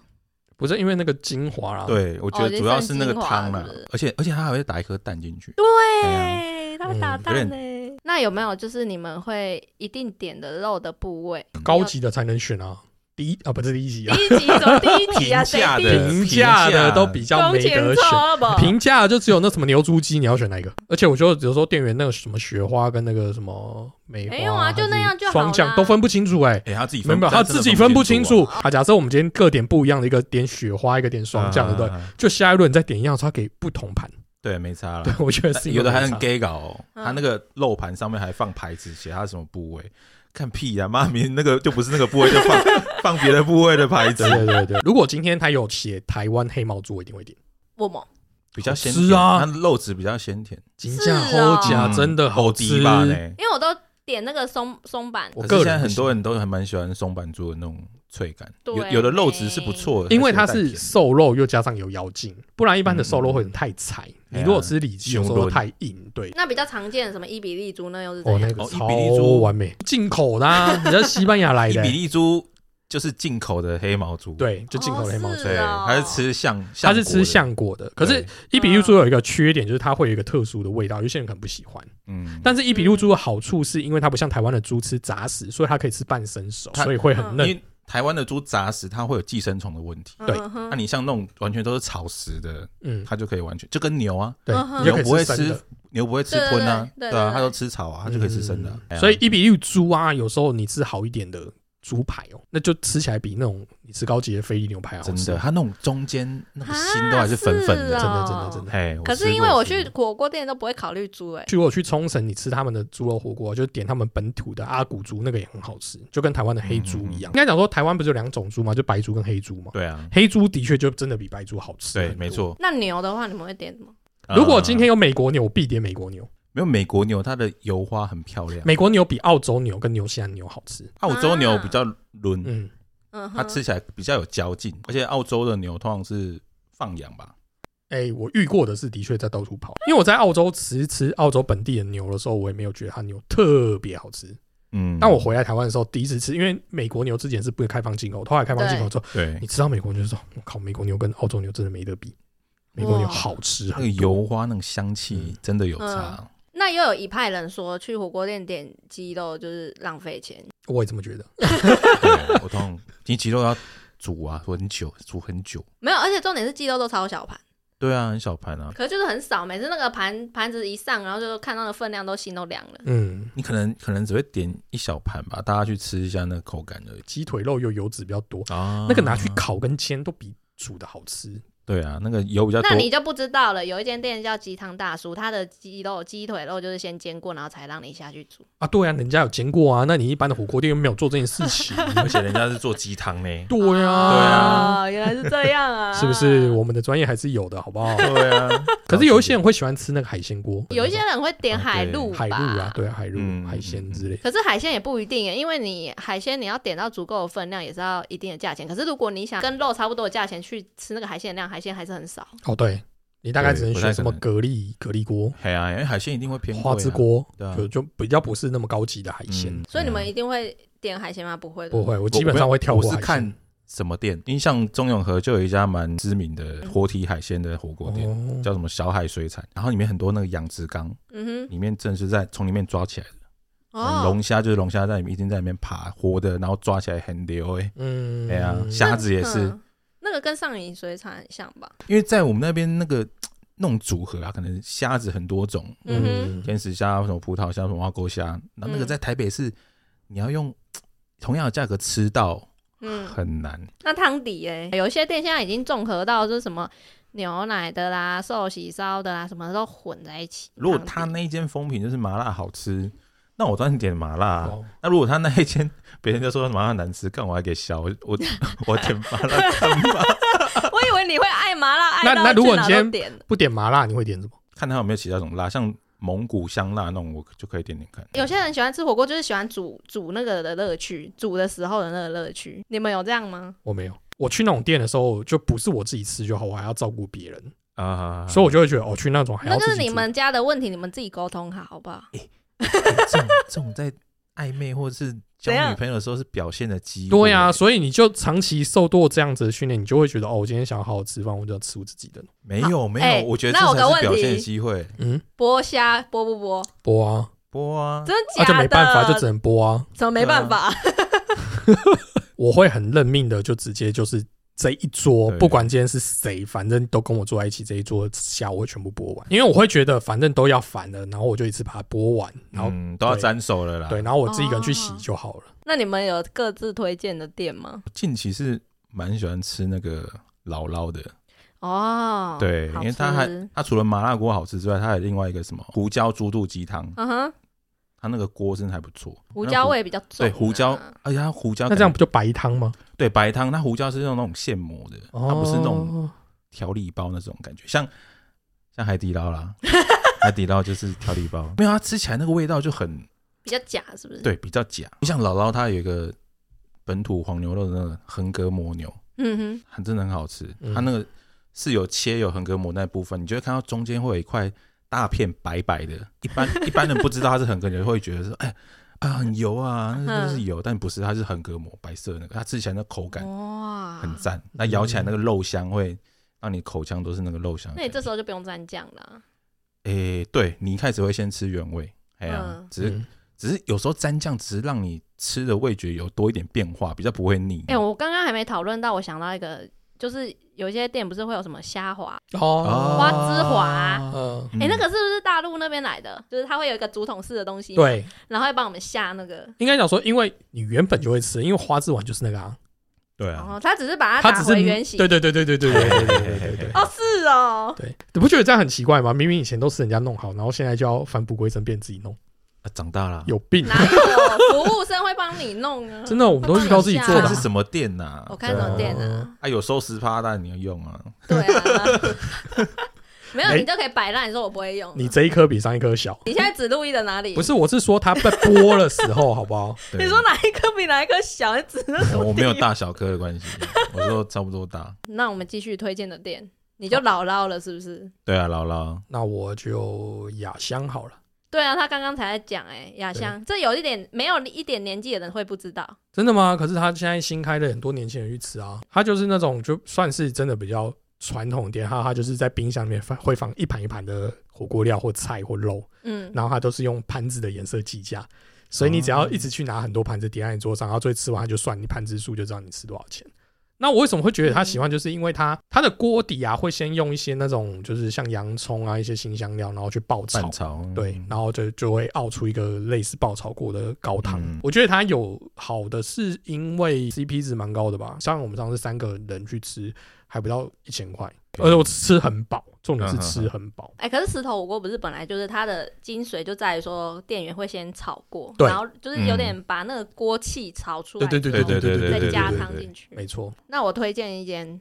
Speaker 1: 不是因为那个精华啊啦，，
Speaker 3: 对，我觉
Speaker 2: 哦
Speaker 3: 得主要是那个
Speaker 2: 人参精华
Speaker 3: 汤啦啊
Speaker 2: 是不是，
Speaker 3: 而且而且他还会打一颗蛋进去。
Speaker 2: 对，他会打
Speaker 1: 哎嗯
Speaker 3: 有
Speaker 2: 蛋
Speaker 3: 点
Speaker 2: 呢、那有没有就是你们会一定点的肉的部位？
Speaker 1: 高级的才能选啊，第一啊不是第一集
Speaker 2: 第
Speaker 1: 啊，
Speaker 2: 一集怎么第 一集啊？
Speaker 3: 平价
Speaker 2: 谁第一
Speaker 3: 的
Speaker 1: 平价
Speaker 3: 平价
Speaker 1: 的都比较没得选。
Speaker 2: 不？
Speaker 1: 平价的就只有那什么牛猪鸡，你要选哪一个？而且我觉得有时候店员那个什么雪花跟那个什么梅花，
Speaker 2: 没有啊就那样就好
Speaker 1: 霜降
Speaker 2: 啦
Speaker 1: 都分不清楚哎、
Speaker 3: 哎、他自己
Speaker 1: 没有
Speaker 3: 分，
Speaker 1: 没有，他自己分不清楚啊。假设我们今天各点不一样的，一个点雪花，一个点霜降，对不对？
Speaker 3: 对？
Speaker 1: 就下一轮再点一样，他给不同盘。
Speaker 3: 啊 对，没差
Speaker 1: 对
Speaker 3: 了。，
Speaker 1: 我觉得是一个
Speaker 3: 有的还
Speaker 1: 落
Speaker 3: 很
Speaker 1: 差
Speaker 3: gay 搞、哦，
Speaker 2: 嗯
Speaker 3: 他那个肉盘上面还放牌子，写他什么部位。看屁呀、妈咪那个就不是那个部位，就放 放别的部位的牌子
Speaker 1: 对，对对对，如果今天他有写台湾黑毛猪，我一定会点。
Speaker 2: 我们
Speaker 3: 比较鲜
Speaker 1: 好吃
Speaker 3: 甜
Speaker 1: 啊
Speaker 3: 它肉质比较鲜甜，
Speaker 1: 金
Speaker 2: 是
Speaker 1: 价
Speaker 2: 哦
Speaker 1: 齁甲
Speaker 3: 嗯
Speaker 1: 真的好吃
Speaker 3: 鸡吧呢。
Speaker 2: 因为我都点那个松松板，
Speaker 1: 我
Speaker 3: 欸可
Speaker 1: 个
Speaker 3: 是
Speaker 1: 人
Speaker 3: 现在很多人都还蛮喜欢松板猪的那种脆感，
Speaker 2: 对
Speaker 3: 有有的肉质是不错的，
Speaker 1: 因为它
Speaker 3: 还有
Speaker 1: 是
Speaker 3: 带甜
Speaker 1: 瘦肉又加上有腰筋，不然一般的瘦肉会很太柴。
Speaker 3: 嗯
Speaker 1: 你如果吃里脊，有时
Speaker 3: 胸
Speaker 1: 候
Speaker 3: 轮
Speaker 1: 太硬，对。
Speaker 2: 那比较常见的什么伊比利猪那又是
Speaker 1: 嗯
Speaker 2: 怎
Speaker 1: 哦，
Speaker 2: 样？
Speaker 1: 那个
Speaker 3: 哦伊
Speaker 1: 超
Speaker 3: 比利猪
Speaker 1: 完美，进口的、 啊，人家西班牙来的、
Speaker 3: 伊比利猪就是进口的黑毛猪，
Speaker 1: 对，就进口的黑毛猪
Speaker 2: 哦，
Speaker 3: 对，
Speaker 2: 是哦
Speaker 3: 它是吃象，
Speaker 1: 它是吃
Speaker 3: 象
Speaker 1: 橡果的。可
Speaker 3: 国的，
Speaker 1: 是
Speaker 3: 对，
Speaker 1: 伊比利猪有一个缺点，就是它会有一个特殊的味道，有些人可能不喜欢。
Speaker 3: 嗯，
Speaker 1: 但是伊比利猪的好处是因为它不像台湾的猪吃杂食，所以它可以吃半生熟，
Speaker 3: 它
Speaker 1: 所以会很
Speaker 3: 因
Speaker 1: 嫩。
Speaker 3: 为台湾的猪杂食，它会有寄生虫的问题。
Speaker 2: 嗯
Speaker 1: 对
Speaker 2: 哼
Speaker 3: 那、你像那种完全都是草食的，
Speaker 1: 嗯，
Speaker 3: 它就可以完全就跟牛啊，
Speaker 1: 对，
Speaker 2: 嗯哼
Speaker 1: 你就可
Speaker 3: 牛
Speaker 1: 以
Speaker 3: 不会
Speaker 1: 生的
Speaker 3: 吃，牛不会吃荤啊，
Speaker 2: 对对对对
Speaker 3: 啊，
Speaker 2: 对
Speaker 3: 它都吃草啊，它就可以吃生的啊、
Speaker 1: 嗯所以一比六猪啊，有时候你吃好一点的猪排哦，那就吃起来比那种你吃高级的菲力牛排好
Speaker 3: 真
Speaker 1: 吃。
Speaker 3: 的，它那种中间那个心都
Speaker 2: 啊
Speaker 3: 还粉粉
Speaker 2: 是
Speaker 3: 的
Speaker 2: 哦，
Speaker 1: 真的，真的，真的。
Speaker 3: 哎、
Speaker 2: 可
Speaker 3: 吃
Speaker 2: 是
Speaker 3: 过
Speaker 2: 因为我
Speaker 3: 吃过
Speaker 2: 去火锅店都不会考虑猪哎、
Speaker 1: 去我去冲绳，你吃他们的猪肉火锅，就点他们本土的阿古猪，那个也很好吃，就跟台湾的黑猪
Speaker 3: 嗯
Speaker 1: 一样。应该讲说，台湾不是有两种猪吗？就白猪跟黑猪嘛。
Speaker 3: 对啊，
Speaker 1: 黑猪的确就真的比白猪好吃。
Speaker 3: 对，没。错。嗯
Speaker 2: 那牛的话，你们会点什么？
Speaker 1: 如果今
Speaker 3: 天。
Speaker 1: 天有美国牛，我必点美国牛。
Speaker 3: 没有美国牛，它的油花很漂亮。
Speaker 1: 美国牛比澳洲牛跟纽西兰牛好吃。
Speaker 3: 澳洲牛比较嫩，
Speaker 1: 嗯，
Speaker 2: 嗯哼，
Speaker 3: 它吃起来比较有嚼劲，而且澳洲的牛通常是放养吧，
Speaker 1: 哎、我遇过的是的确在到处跑，因为我在澳洲吃吃澳洲本地的牛的时候，我也没有觉得它牛特别好吃。
Speaker 3: 嗯，
Speaker 1: 当我回来台湾的时候，第一次吃，因为美国牛之前是不开放进口，后来开放进口之后，
Speaker 3: 对
Speaker 1: 你吃到美国牛就说，我靠，美国牛跟澳洲牛真的没得比，美国牛
Speaker 2: 哇
Speaker 1: 好吃
Speaker 3: 那个
Speaker 1: 很多。
Speaker 3: 油花那个香气真的有差，
Speaker 2: 那又有一派人说，去火锅店点鸡肉就是浪费钱。
Speaker 1: 我也这么觉得。
Speaker 3: 对我通常你鸡肉要煮啊，煮很久，煮很久，
Speaker 2: 没有，而且重点是鸡肉都超小盘，
Speaker 3: 对啊，很小盘啊，
Speaker 2: 可是就是很少。每次那个盘盘子一上，然后就看到的分量都心都凉了。
Speaker 1: 嗯，
Speaker 3: 你可能可能只会点一小盘吧，大家去吃一下那个口感而已
Speaker 1: 鸡腿肉又油脂比较多，
Speaker 3: 啊
Speaker 1: 那个拿去烤跟煎都比煮的好吃。
Speaker 3: 对啊，那个油比较多
Speaker 2: 那，你就不知道了。有一间店叫鸡汤大叔，他的鸡肉、鸡腿肉就是先煎过，然后才让你下去煮。
Speaker 1: 啊，对啊，人家有煎过啊，那你一般的火锅店又没有做这件事 情。，
Speaker 3: 而且人家是做鸡汤呢
Speaker 1: 对啊，
Speaker 2: 啊，原来是这样 啊！
Speaker 1: 是不是？我们的专业还是有的，好不好？
Speaker 3: 对啊，
Speaker 1: 可是有一些人会喜欢吃那个海鲜锅，
Speaker 2: 有一些人会点海陆吧？
Speaker 1: 海陆啊，对啊，海陆、
Speaker 3: 嗯
Speaker 1: 海鲜之类的。
Speaker 2: 可是海鲜也不一定耶，因为你海鲜你要点到足够的分量，也是要一定的价钱。可是如果你想跟肉差不多的价钱去吃那个海鲜的量，海鲜还是很少。
Speaker 1: 哦，对，你大概只能
Speaker 3: 嗯对不
Speaker 1: 选
Speaker 3: 太
Speaker 1: 什么
Speaker 3: 可
Speaker 1: 蛤蜊、蛤蜊锅、
Speaker 3: 哎呀，因为海鲜一定会偏贵啊
Speaker 1: 花枝锅，
Speaker 3: 对啊
Speaker 1: 就就比较不是那么高级的海鲜。
Speaker 3: 嗯
Speaker 2: 所以
Speaker 3: 对
Speaker 2: 你
Speaker 3: 啊
Speaker 2: 们一定会点海鲜吗？不会的，
Speaker 1: 不会，我基本上会跳过
Speaker 3: 我
Speaker 1: 海
Speaker 3: 是看
Speaker 1: 鲜。
Speaker 3: 什么店，因为像中永和就有一家蛮知名
Speaker 2: 嗯
Speaker 3: 的活体海鲜的火锅店，
Speaker 1: 哦
Speaker 3: 叫什么小海水产，然后里面很多那个养殖缸，
Speaker 2: 嗯
Speaker 3: 里面正是在从里面抓起来的，
Speaker 2: 哼，哦，
Speaker 3: 龙虾就是龙虾在里面已经在里面爬活的，然后抓起来很流哎、
Speaker 1: 嗯
Speaker 3: 欸，哎呀、虾子也是，
Speaker 2: 嗯那个跟上瘾水产很像吧？
Speaker 3: 因为在我们那边那个嘖那种组合啊，可能虾子很多种，
Speaker 2: 嗯哼，
Speaker 3: 天使虾、什么葡萄虾、什么花钩虾，那那个
Speaker 2: 嗯
Speaker 3: 在台北是你要用嘖同样的价格吃到
Speaker 2: 嗯，
Speaker 3: 很难。
Speaker 2: 那汤底哎、有一些店现在已经综合到就是什么牛奶的啦、寿喜烧的啦，什么都混在一起。
Speaker 3: 如果
Speaker 2: 汤
Speaker 3: 他
Speaker 2: 底
Speaker 3: 那一间风评就是麻辣好吃，那我当然点麻辣、啊。
Speaker 1: 哦
Speaker 3: 那如果他那一间别人就说麻辣难吃，干我还给削，我我我点麻 辣干嘛？
Speaker 2: 我以为你会爱麻辣，爱
Speaker 1: 那
Speaker 2: 到
Speaker 1: 那如果
Speaker 2: 去哪
Speaker 1: 你今
Speaker 2: 都点
Speaker 1: 不点麻辣，你会点什么？
Speaker 3: 看他有没有其他种辣，像蒙古香辣那种，我就可以点点看。
Speaker 2: 有些人喜欢吃火锅，就是喜欢煮煮那个的乐趣，煮的时候的那个乐趣。你们有这样吗？
Speaker 1: 我没有。我去那种店的时候，就不是我自己吃就好，我还要照顾别人，
Speaker 3: 啊，
Speaker 1: 所以我就会觉得，哦，去那种还
Speaker 2: 那
Speaker 1: 要
Speaker 2: 就
Speaker 1: 自
Speaker 2: 是
Speaker 1: 己
Speaker 2: 你
Speaker 1: 煮
Speaker 2: 们家的问题，你们自己沟通好，好不好？
Speaker 3: 这种这种在暧昧或者是交
Speaker 2: 怎样
Speaker 3: 女朋友的时候是表现的机会。
Speaker 1: 对啊呀、所以你就长期受多这样子的训练，你就会觉得，哦，我今天想好好吃饭，我就要吃我自己的。
Speaker 3: 没有没有，
Speaker 2: 哎
Speaker 3: 我觉得
Speaker 2: 那
Speaker 3: 这
Speaker 2: 我
Speaker 3: 才
Speaker 2: 个
Speaker 3: 是
Speaker 2: 问
Speaker 3: 表现的
Speaker 2: 题
Speaker 3: 机会。
Speaker 1: 嗯，
Speaker 2: 剥虾剥不 剥？
Speaker 1: 播啊，
Speaker 3: 播啊，
Speaker 2: 真
Speaker 1: 那、
Speaker 2: 假的？
Speaker 1: 就没办法，就只能播啊。
Speaker 2: 怎么没办法？
Speaker 1: 我会很认命的，就直接就是这一桌，
Speaker 3: 对
Speaker 1: 不管今天是谁，反正都跟我坐在一起，这一桌下我会全部播完，因为我会觉得反正都要烦了，然后我就一次把它播完，然后、
Speaker 3: 嗯，都要
Speaker 1: 对
Speaker 3: 沾手了啦。
Speaker 1: 对，，然后我自己一个人去洗
Speaker 2: 哦
Speaker 1: 就好了。
Speaker 2: 那你们有各自推荐的店吗？
Speaker 3: 近期是蛮喜欢吃那个姥姥的，
Speaker 2: 哦，
Speaker 3: 对，因
Speaker 2: 好
Speaker 3: 为它还
Speaker 2: 吃
Speaker 3: 它除了麻辣锅好吃之外，它还有另外一个什么胡椒猪肚鸡汤，
Speaker 2: 嗯哼，
Speaker 3: 它那个锅真的还不错，
Speaker 2: 胡椒味比较重、啊
Speaker 3: 对
Speaker 2: 嗯
Speaker 3: 胡椒，而且它胡椒
Speaker 1: 那这样
Speaker 3: 感
Speaker 1: 不就白汤吗？
Speaker 3: 觉对白汤，它胡椒是用那种现磨的，它不是那种
Speaker 1: 哦
Speaker 3: 调理包那种感觉，像像海底捞 啦，海底捞就是调理包，没有它吃起来那个味道就很
Speaker 2: 比较假，是不是？，
Speaker 3: 对比较假，不像姥姥它有一个本土黄牛肉的那个横膈膜牛，
Speaker 2: 嗯
Speaker 3: 它真的很好吃，
Speaker 1: 嗯
Speaker 3: 它那个是有切有横膈膜那部分，你就会看到中间会有一块大片白白的，一般一般人不知道它是横膈膜，会觉得说哎。啊，很油啊，
Speaker 2: 嗯
Speaker 3: 那就是油，但不是，它是横膈膜，白色的那个，它吃起来那口感
Speaker 2: 哼，哇，
Speaker 3: 很赞，那咬起来那个肉香会让你口腔都是那个肉香的
Speaker 2: 那
Speaker 3: 感觉。
Speaker 2: 你这时候就不用蘸酱了啊。
Speaker 3: 诶、对你一开始会先吃原味，哎呀、
Speaker 2: 嗯
Speaker 3: 只是、
Speaker 1: 嗯
Speaker 3: 只是有时候蘸酱只是让你吃的味觉有多一点变化，比较不会腻。
Speaker 2: 哎、我刚刚还没讨论到，我想到一个，就是有些店不是会有什么虾滑？
Speaker 1: 哦，
Speaker 2: 花枝滑
Speaker 1: 嗯、
Speaker 3: 嗯
Speaker 2: 哎、那个是不是大陆那边来的？就是它会有一个竹筒式的东西，，
Speaker 1: 对，
Speaker 2: 然后会帮我们下那个。
Speaker 1: 应该讲说，因为你原本就会吃，因为花枝丸就是那个啊，
Speaker 3: 对
Speaker 2: 然
Speaker 3: 啊，
Speaker 2: 后它只是把
Speaker 1: 它
Speaker 2: 打
Speaker 1: 只是
Speaker 2: 回原形。
Speaker 1: 对对对对对对对对对对对对。
Speaker 2: 哦，是哦，
Speaker 1: 对，你不觉得这样很奇怪吗？明明以前都是人家弄好，然后现在就要返璞归真，变自己弄，
Speaker 3: 啊长大了，
Speaker 1: 有病！
Speaker 2: 哪有服务生会帮你弄 啊？
Speaker 1: 真的，我们都遇到自己做
Speaker 2: 对
Speaker 1: 的
Speaker 3: 看
Speaker 2: 啊
Speaker 3: 是。什么店呐、
Speaker 2: 我看什么店啊？
Speaker 3: 啊，有收十趴，但你要用 啊。
Speaker 2: 对啊，没有
Speaker 1: 哎
Speaker 2: 你就可以摆烂，你说我不会用。 啊
Speaker 1: 你这一颗比上一颗小，
Speaker 2: 你现在指路易的哪里？
Speaker 1: 不，是？我是说它被剥的时候，好不好？
Speaker 3: 对
Speaker 2: 你说哪一颗比哪一颗小？你指那什么
Speaker 3: 我没有大小颗的关系，我说差不多大。
Speaker 2: 那我们继续推荐的店，你就姥姥了是不是？
Speaker 3: 对啊，姥姥，
Speaker 1: 那我就雅香好了。
Speaker 2: 对啊，他刚刚才在讲哎、雅香，这有一点没有一点年纪的人会不知道。
Speaker 1: 真的吗？可是它现在新开的很多年轻人去吃啊，它就是那种就算是真的比较传统的店，它它就是在冰箱里面放会放一盘一盘的火锅料或菜或肉，
Speaker 2: 嗯，
Speaker 1: 然后它都是用盘子的颜色计价，所以你只要一直去拿很多盘子叠在你桌上，然后最后吃完它就算你盘子数，就知道你吃多少钱。那我为什么会觉得它喜欢，就是因为它它的锅底啊，会先用一些那种就是像洋葱啊一些新香料，然后去爆炒
Speaker 3: 半，潮，
Speaker 1: 对，然后就就会熬出一个类似爆炒过的高汤。
Speaker 3: 嗯
Speaker 1: 我觉得它有好的是因为 CP 值蛮高的吧，像我们上次三个人去吃，还不到一千块，而且我吃很饱，重点是吃很饱。
Speaker 2: 哎、可是石头火锅不是本来就是它的精髓就在于说店员会先炒过，
Speaker 1: 对
Speaker 2: 然后就是有
Speaker 3: 嗯
Speaker 2: 点把那个锅气炒出来之
Speaker 1: 对
Speaker 2: 后，
Speaker 1: 对对对对对对
Speaker 2: 再
Speaker 1: 对
Speaker 2: 加
Speaker 1: 对，
Speaker 2: 汤进去。
Speaker 1: 没错。
Speaker 2: 那我推荐一间，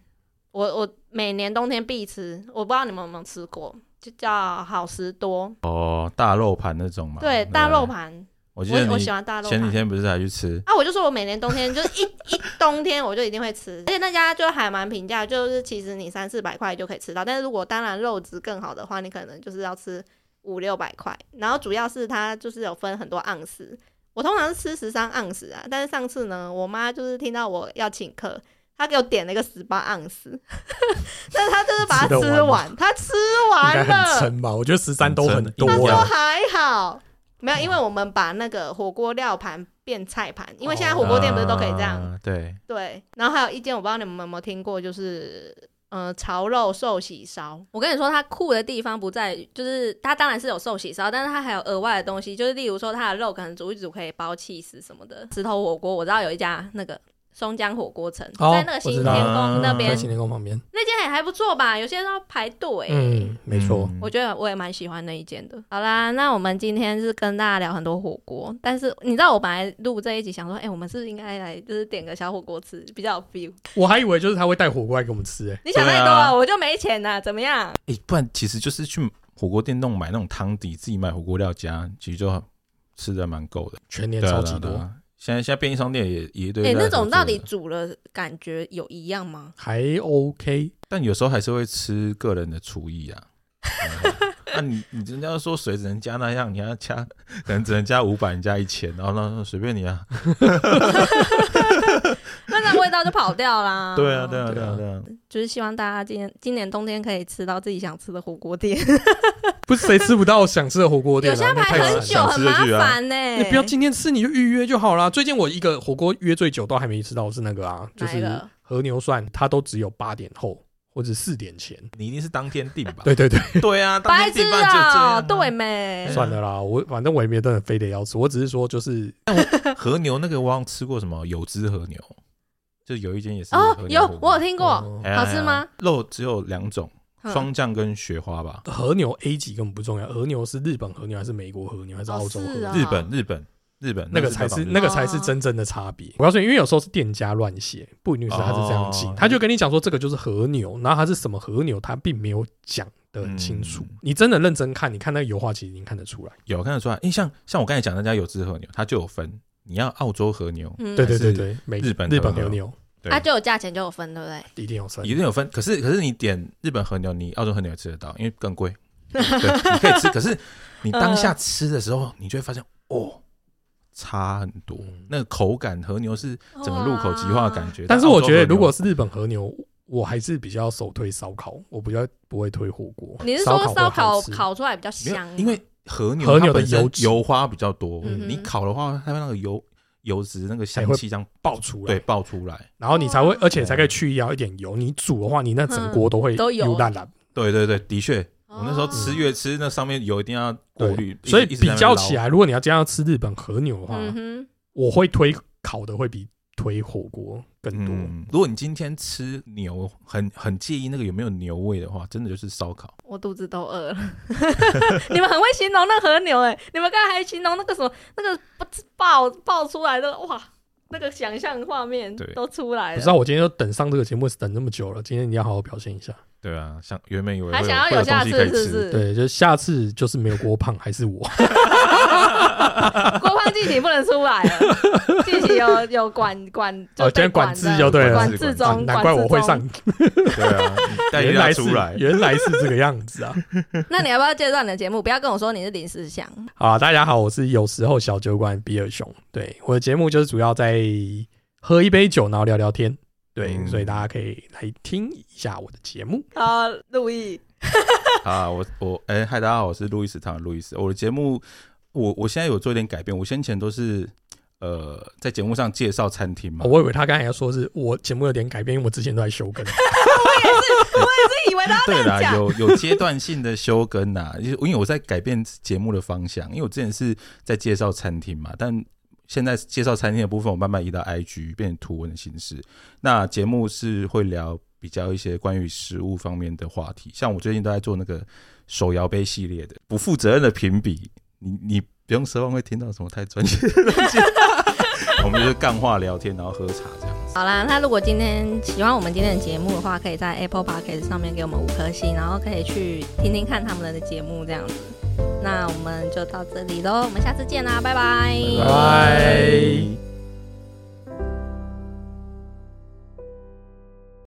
Speaker 2: 我我每年冬天必吃，我不知道你们有没有吃过，就叫好食多，
Speaker 3: 哦，大肉盘那种嘛。
Speaker 2: 对，
Speaker 3: 不
Speaker 2: 大肉。盘，
Speaker 3: 我记
Speaker 2: 我
Speaker 3: 得
Speaker 2: 我
Speaker 3: 你
Speaker 2: 喜欢大肉
Speaker 3: 前几
Speaker 2: 盘。
Speaker 3: 天不是还去吃？
Speaker 2: 啊，我就说我每年冬天就一一冬天我就一定会吃，而且那家就还蛮平价，就是其实你三四百块就可以吃到，但是如果当然肉质更好的话，你可能就是要吃五六百块。然后主要是它就是有分很多盎司，我通常是吃十三盎司啊，但是上次呢，我妈就是听到我要请客。她给我点了一个十八盎司， 但是她就是把它
Speaker 1: 吃得
Speaker 2: 吃
Speaker 1: 完
Speaker 2: 完，她吃
Speaker 1: 应该
Speaker 2: 完
Speaker 1: 很
Speaker 2: 了，
Speaker 1: 撑吧？我觉得十三都很多啊
Speaker 2: 她
Speaker 3: 很
Speaker 2: 说
Speaker 3: 撑
Speaker 1: 了。
Speaker 2: 还好，没有，因为我们把那个火锅料盘变菜盘，因为现在火锅店不是都可以这
Speaker 1: 哦
Speaker 2: 样，
Speaker 3: 啊对，
Speaker 2: 对，然后还有一间我不知道你们有没有听过，就是呃潮肉寿喜烧。我跟你说，它酷的地方不在于，就是它当然是有寿喜烧，但是它还有额外的东西，就是例如说它的肉可能煮一煮可以包气死什么的。石头火锅我知道有一家那个松江火锅城，
Speaker 1: 哦
Speaker 2: 在那个新
Speaker 1: 我
Speaker 2: 天
Speaker 1: 知道
Speaker 2: 宫那边
Speaker 1: 在，晴天宫旁边。
Speaker 2: 那间也还不错吧？有些都要排队、
Speaker 1: 嗯，没错。
Speaker 2: 我觉得我也蛮喜欢那一间的。好啦，那我们今天是跟大家聊很多火锅，但是你知道我本来录这一集想说，哎、我们是不是应该来就是点个小火锅吃比较有 feel？
Speaker 1: 我还以为就是他会带火锅来给我们吃，哎，
Speaker 2: 你想太多
Speaker 3: 对啊
Speaker 2: 了，我就没钱了，怎么样？
Speaker 3: 诶、不然其实就是去火锅店弄买那种汤底，自己买火锅料加，其实就吃的蛮够的。
Speaker 1: 全年
Speaker 3: 对啊，
Speaker 1: 超
Speaker 3: 对啊
Speaker 1: 级
Speaker 3: 对
Speaker 1: 多，
Speaker 3: 啊。现在现在便利商店也也一堆
Speaker 2: 哎、
Speaker 1: 啊
Speaker 3: 在合作的。
Speaker 2: 那种到底煮了感觉有一样吗？
Speaker 1: 还 OK。
Speaker 3: 但有时候还是会吃个人的厨艺 啊。嗯那、你你人家说水只能加那样，你还要加， 可能只能加五百，你加一千，然后那那随便你啊。。
Speaker 2: 那那味道就跑掉啦
Speaker 3: 对啊，对啊，
Speaker 1: 对
Speaker 3: 对
Speaker 1: 啊
Speaker 3: 啊，对啊。
Speaker 2: 就是希望大家今年今年冬天可以吃到自己想吃的火锅店，
Speaker 1: 不是谁吃不到想吃的火锅店
Speaker 2: 有
Speaker 1: 啊，
Speaker 2: 些要
Speaker 1: 那
Speaker 2: 排
Speaker 1: 太
Speaker 2: 很
Speaker 1: 惨
Speaker 2: 久，欸
Speaker 3: 想
Speaker 2: 很
Speaker 3: 吃就
Speaker 2: 麻
Speaker 3: 去啊
Speaker 2: 烦呢、
Speaker 1: 你不要今天吃你就预约就好啦。最近我一个火锅约最久都还没吃到是那个啊，就
Speaker 2: 哪一
Speaker 1: 是
Speaker 2: 个
Speaker 1: 和牛涮，它都只有八点后或者四点前。
Speaker 3: 你一定是当天定吧？
Speaker 1: 对对对，
Speaker 3: 对啊，当
Speaker 2: 白
Speaker 3: 天定
Speaker 2: 痴
Speaker 3: 吧就这样、
Speaker 2: 啊、对。没？
Speaker 1: 算了啦，我反正我也没有真的非得要吃，我只是说就是
Speaker 3: 和牛那个我好像吃过什么有汁和牛，就有一间也是
Speaker 2: 哦
Speaker 3: 和，
Speaker 1: 啊
Speaker 3: 牛火
Speaker 2: 有
Speaker 3: 锅
Speaker 2: 我有听过，
Speaker 1: 哦
Speaker 3: 哎呀
Speaker 2: 好吃吗
Speaker 3: 哎呀肉只有两种，
Speaker 2: 嗯
Speaker 3: 双酱跟雪花吧。
Speaker 1: 和牛 A 级根本不重要，和牛是日本和牛还是美国和牛还是
Speaker 2: 哦
Speaker 1: 澳洲和
Speaker 2: 是
Speaker 1: 牛
Speaker 2: 啊？
Speaker 3: 日本，日本，日本
Speaker 1: 那个才是
Speaker 3: 日本
Speaker 1: 那个才是真正的差别。我告诉你，因为有时候是店家乱写，不一定是他是这样记
Speaker 3: 哦，
Speaker 1: 他就跟你讲说这个就是和牛，然后它是什么和牛，他并没有讲的很清楚
Speaker 3: 嗯。
Speaker 1: 你真的认真看，你看那个油画，其实已经看得出来。
Speaker 2: 嗯
Speaker 3: 有看得出来。因为像像我刚才讲那家有汁和牛，它就有分，你要澳洲和牛，
Speaker 2: 嗯，啊
Speaker 1: 对对对
Speaker 3: 是
Speaker 1: 对，美
Speaker 3: 日本
Speaker 1: 日本和
Speaker 3: 和牛
Speaker 1: 牛
Speaker 3: 对
Speaker 2: 它就有价钱就有分，对不对？
Speaker 1: 一定有分
Speaker 3: 一。定有分。可是可是你点日本和牛，你澳洲和牛也吃得到，因为更贵。 对，你可以吃，可是你当下吃的时候，你就会发现哦，差很多
Speaker 1: 嗯。
Speaker 3: 那个口感和牛是整个入口即化的感觉。
Speaker 1: 但是我觉得，
Speaker 3: 澳洲和牛
Speaker 1: 如果是日本和牛，我还是比较首推烧烤，我比较不会推火锅。
Speaker 2: 你是说烧
Speaker 1: 烤会
Speaker 2: 烤
Speaker 1: 好吃？
Speaker 2: 烤出来比较
Speaker 3: 没
Speaker 2: 香啊
Speaker 3: 有，？因为和牛
Speaker 1: 和牛的
Speaker 3: 它本身
Speaker 1: 油脂
Speaker 3: 油花比较多，
Speaker 2: 嗯哼
Speaker 3: 你烤的话，它那个油油脂那个香
Speaker 1: 哎才会
Speaker 3: 气这样
Speaker 1: 爆出来，
Speaker 3: 对爆出来。
Speaker 1: 然后你才会，
Speaker 2: 哦
Speaker 1: 而且才可以去掉一点油。你煮的话，你那整锅都会
Speaker 2: 嗯都油
Speaker 1: 油烂烂。
Speaker 3: 对对对，的确，
Speaker 2: 哦
Speaker 3: 我那时候吃越吃，那上面油一定要过滤
Speaker 1: 对，，所以
Speaker 3: 一直
Speaker 1: 比较起，
Speaker 3: 一直在那边
Speaker 1: 来，如果你要这样吃日本和牛的话，
Speaker 2: 嗯哼，
Speaker 1: 我会推烤的会比推火锅更
Speaker 3: 捞
Speaker 1: 多。
Speaker 3: 嗯，如果你今天吃牛，很很介意那个有没有牛味的话，真的就是烧烤。
Speaker 2: 我肚子都饿了。 你们很会形容那和牛哎、你们刚才还形容那个什么那个爆爆出来的哇，那个想象画面
Speaker 3: 对
Speaker 2: 都出来
Speaker 1: 不
Speaker 2: 了
Speaker 1: 知。道我今天就等上这个节目等那么久了，今天你要好好表现一下。
Speaker 3: 对啊，像原本以为
Speaker 2: 还
Speaker 3: 会
Speaker 2: 想要
Speaker 3: 会
Speaker 2: 有
Speaker 3: 有
Speaker 2: 下
Speaker 3: 东西
Speaker 2: 次
Speaker 3: 可以
Speaker 2: 是
Speaker 3: 吃，
Speaker 2: 不是？
Speaker 1: 对，就下次就是没有郭胖还是 我，
Speaker 2: 郭胖近期不能出来了， 近期有有管管，就
Speaker 1: 哦今天
Speaker 2: 被管
Speaker 1: 管制就对了
Speaker 2: 管制
Speaker 3: 懂
Speaker 1: 啊
Speaker 2: 中，
Speaker 1: 难怪我会上
Speaker 2: 管，
Speaker 3: 对啊， 你带
Speaker 1: 原
Speaker 3: 一
Speaker 1: 来
Speaker 3: 拉
Speaker 1: 是
Speaker 3: 出来。
Speaker 1: 原来是这个样子啊！
Speaker 2: 制中。那你要不要介绍你的节目？不要跟我说你是临时想，
Speaker 1: 好啊，大家好，我是有时候小酒馆比尔熊。对，我的节目就是主要在喝一杯酒，然后聊聊天。对，
Speaker 3: 嗯
Speaker 1: 所以大家可以来听一下我的节目。
Speaker 2: 啊，陆毅，
Speaker 3: 啊，我我哎、嗨，大家好，我是路易斯唐路易斯。哦我的节目，我我现在有做一点改变，我先前都是呃在节目上介绍餐厅嘛
Speaker 1: 哦，我以为他刚才要说是我节目有点改变，因为我之前都在休更。
Speaker 2: 自以为他
Speaker 3: 对
Speaker 2: 这
Speaker 3: 啦，
Speaker 2: 样讲
Speaker 3: 有有阶段性的休更呐、 因为因为我在改变节目的方向，因为我之前是在介绍餐厅嘛，但现在介绍餐厅的部分，我慢慢移到 IG 变成图文的形式。那节目是会聊比较一些关于食物方面的话题，像我最近都在做那个手摇杯系列的，不负责任的评比，你你不用奢望会听到什么太专业的东西， 我们就是干话聊天，然后喝茶这样子。
Speaker 2: 好啦，那如果今天喜欢我们今天的节目的话，可以在 Apple Podcast 上面给我们五颗星，然后可以去听听看他们的节目这样子。那我们就到这里喽，我们下次见啦，拜拜
Speaker 1: 拜拜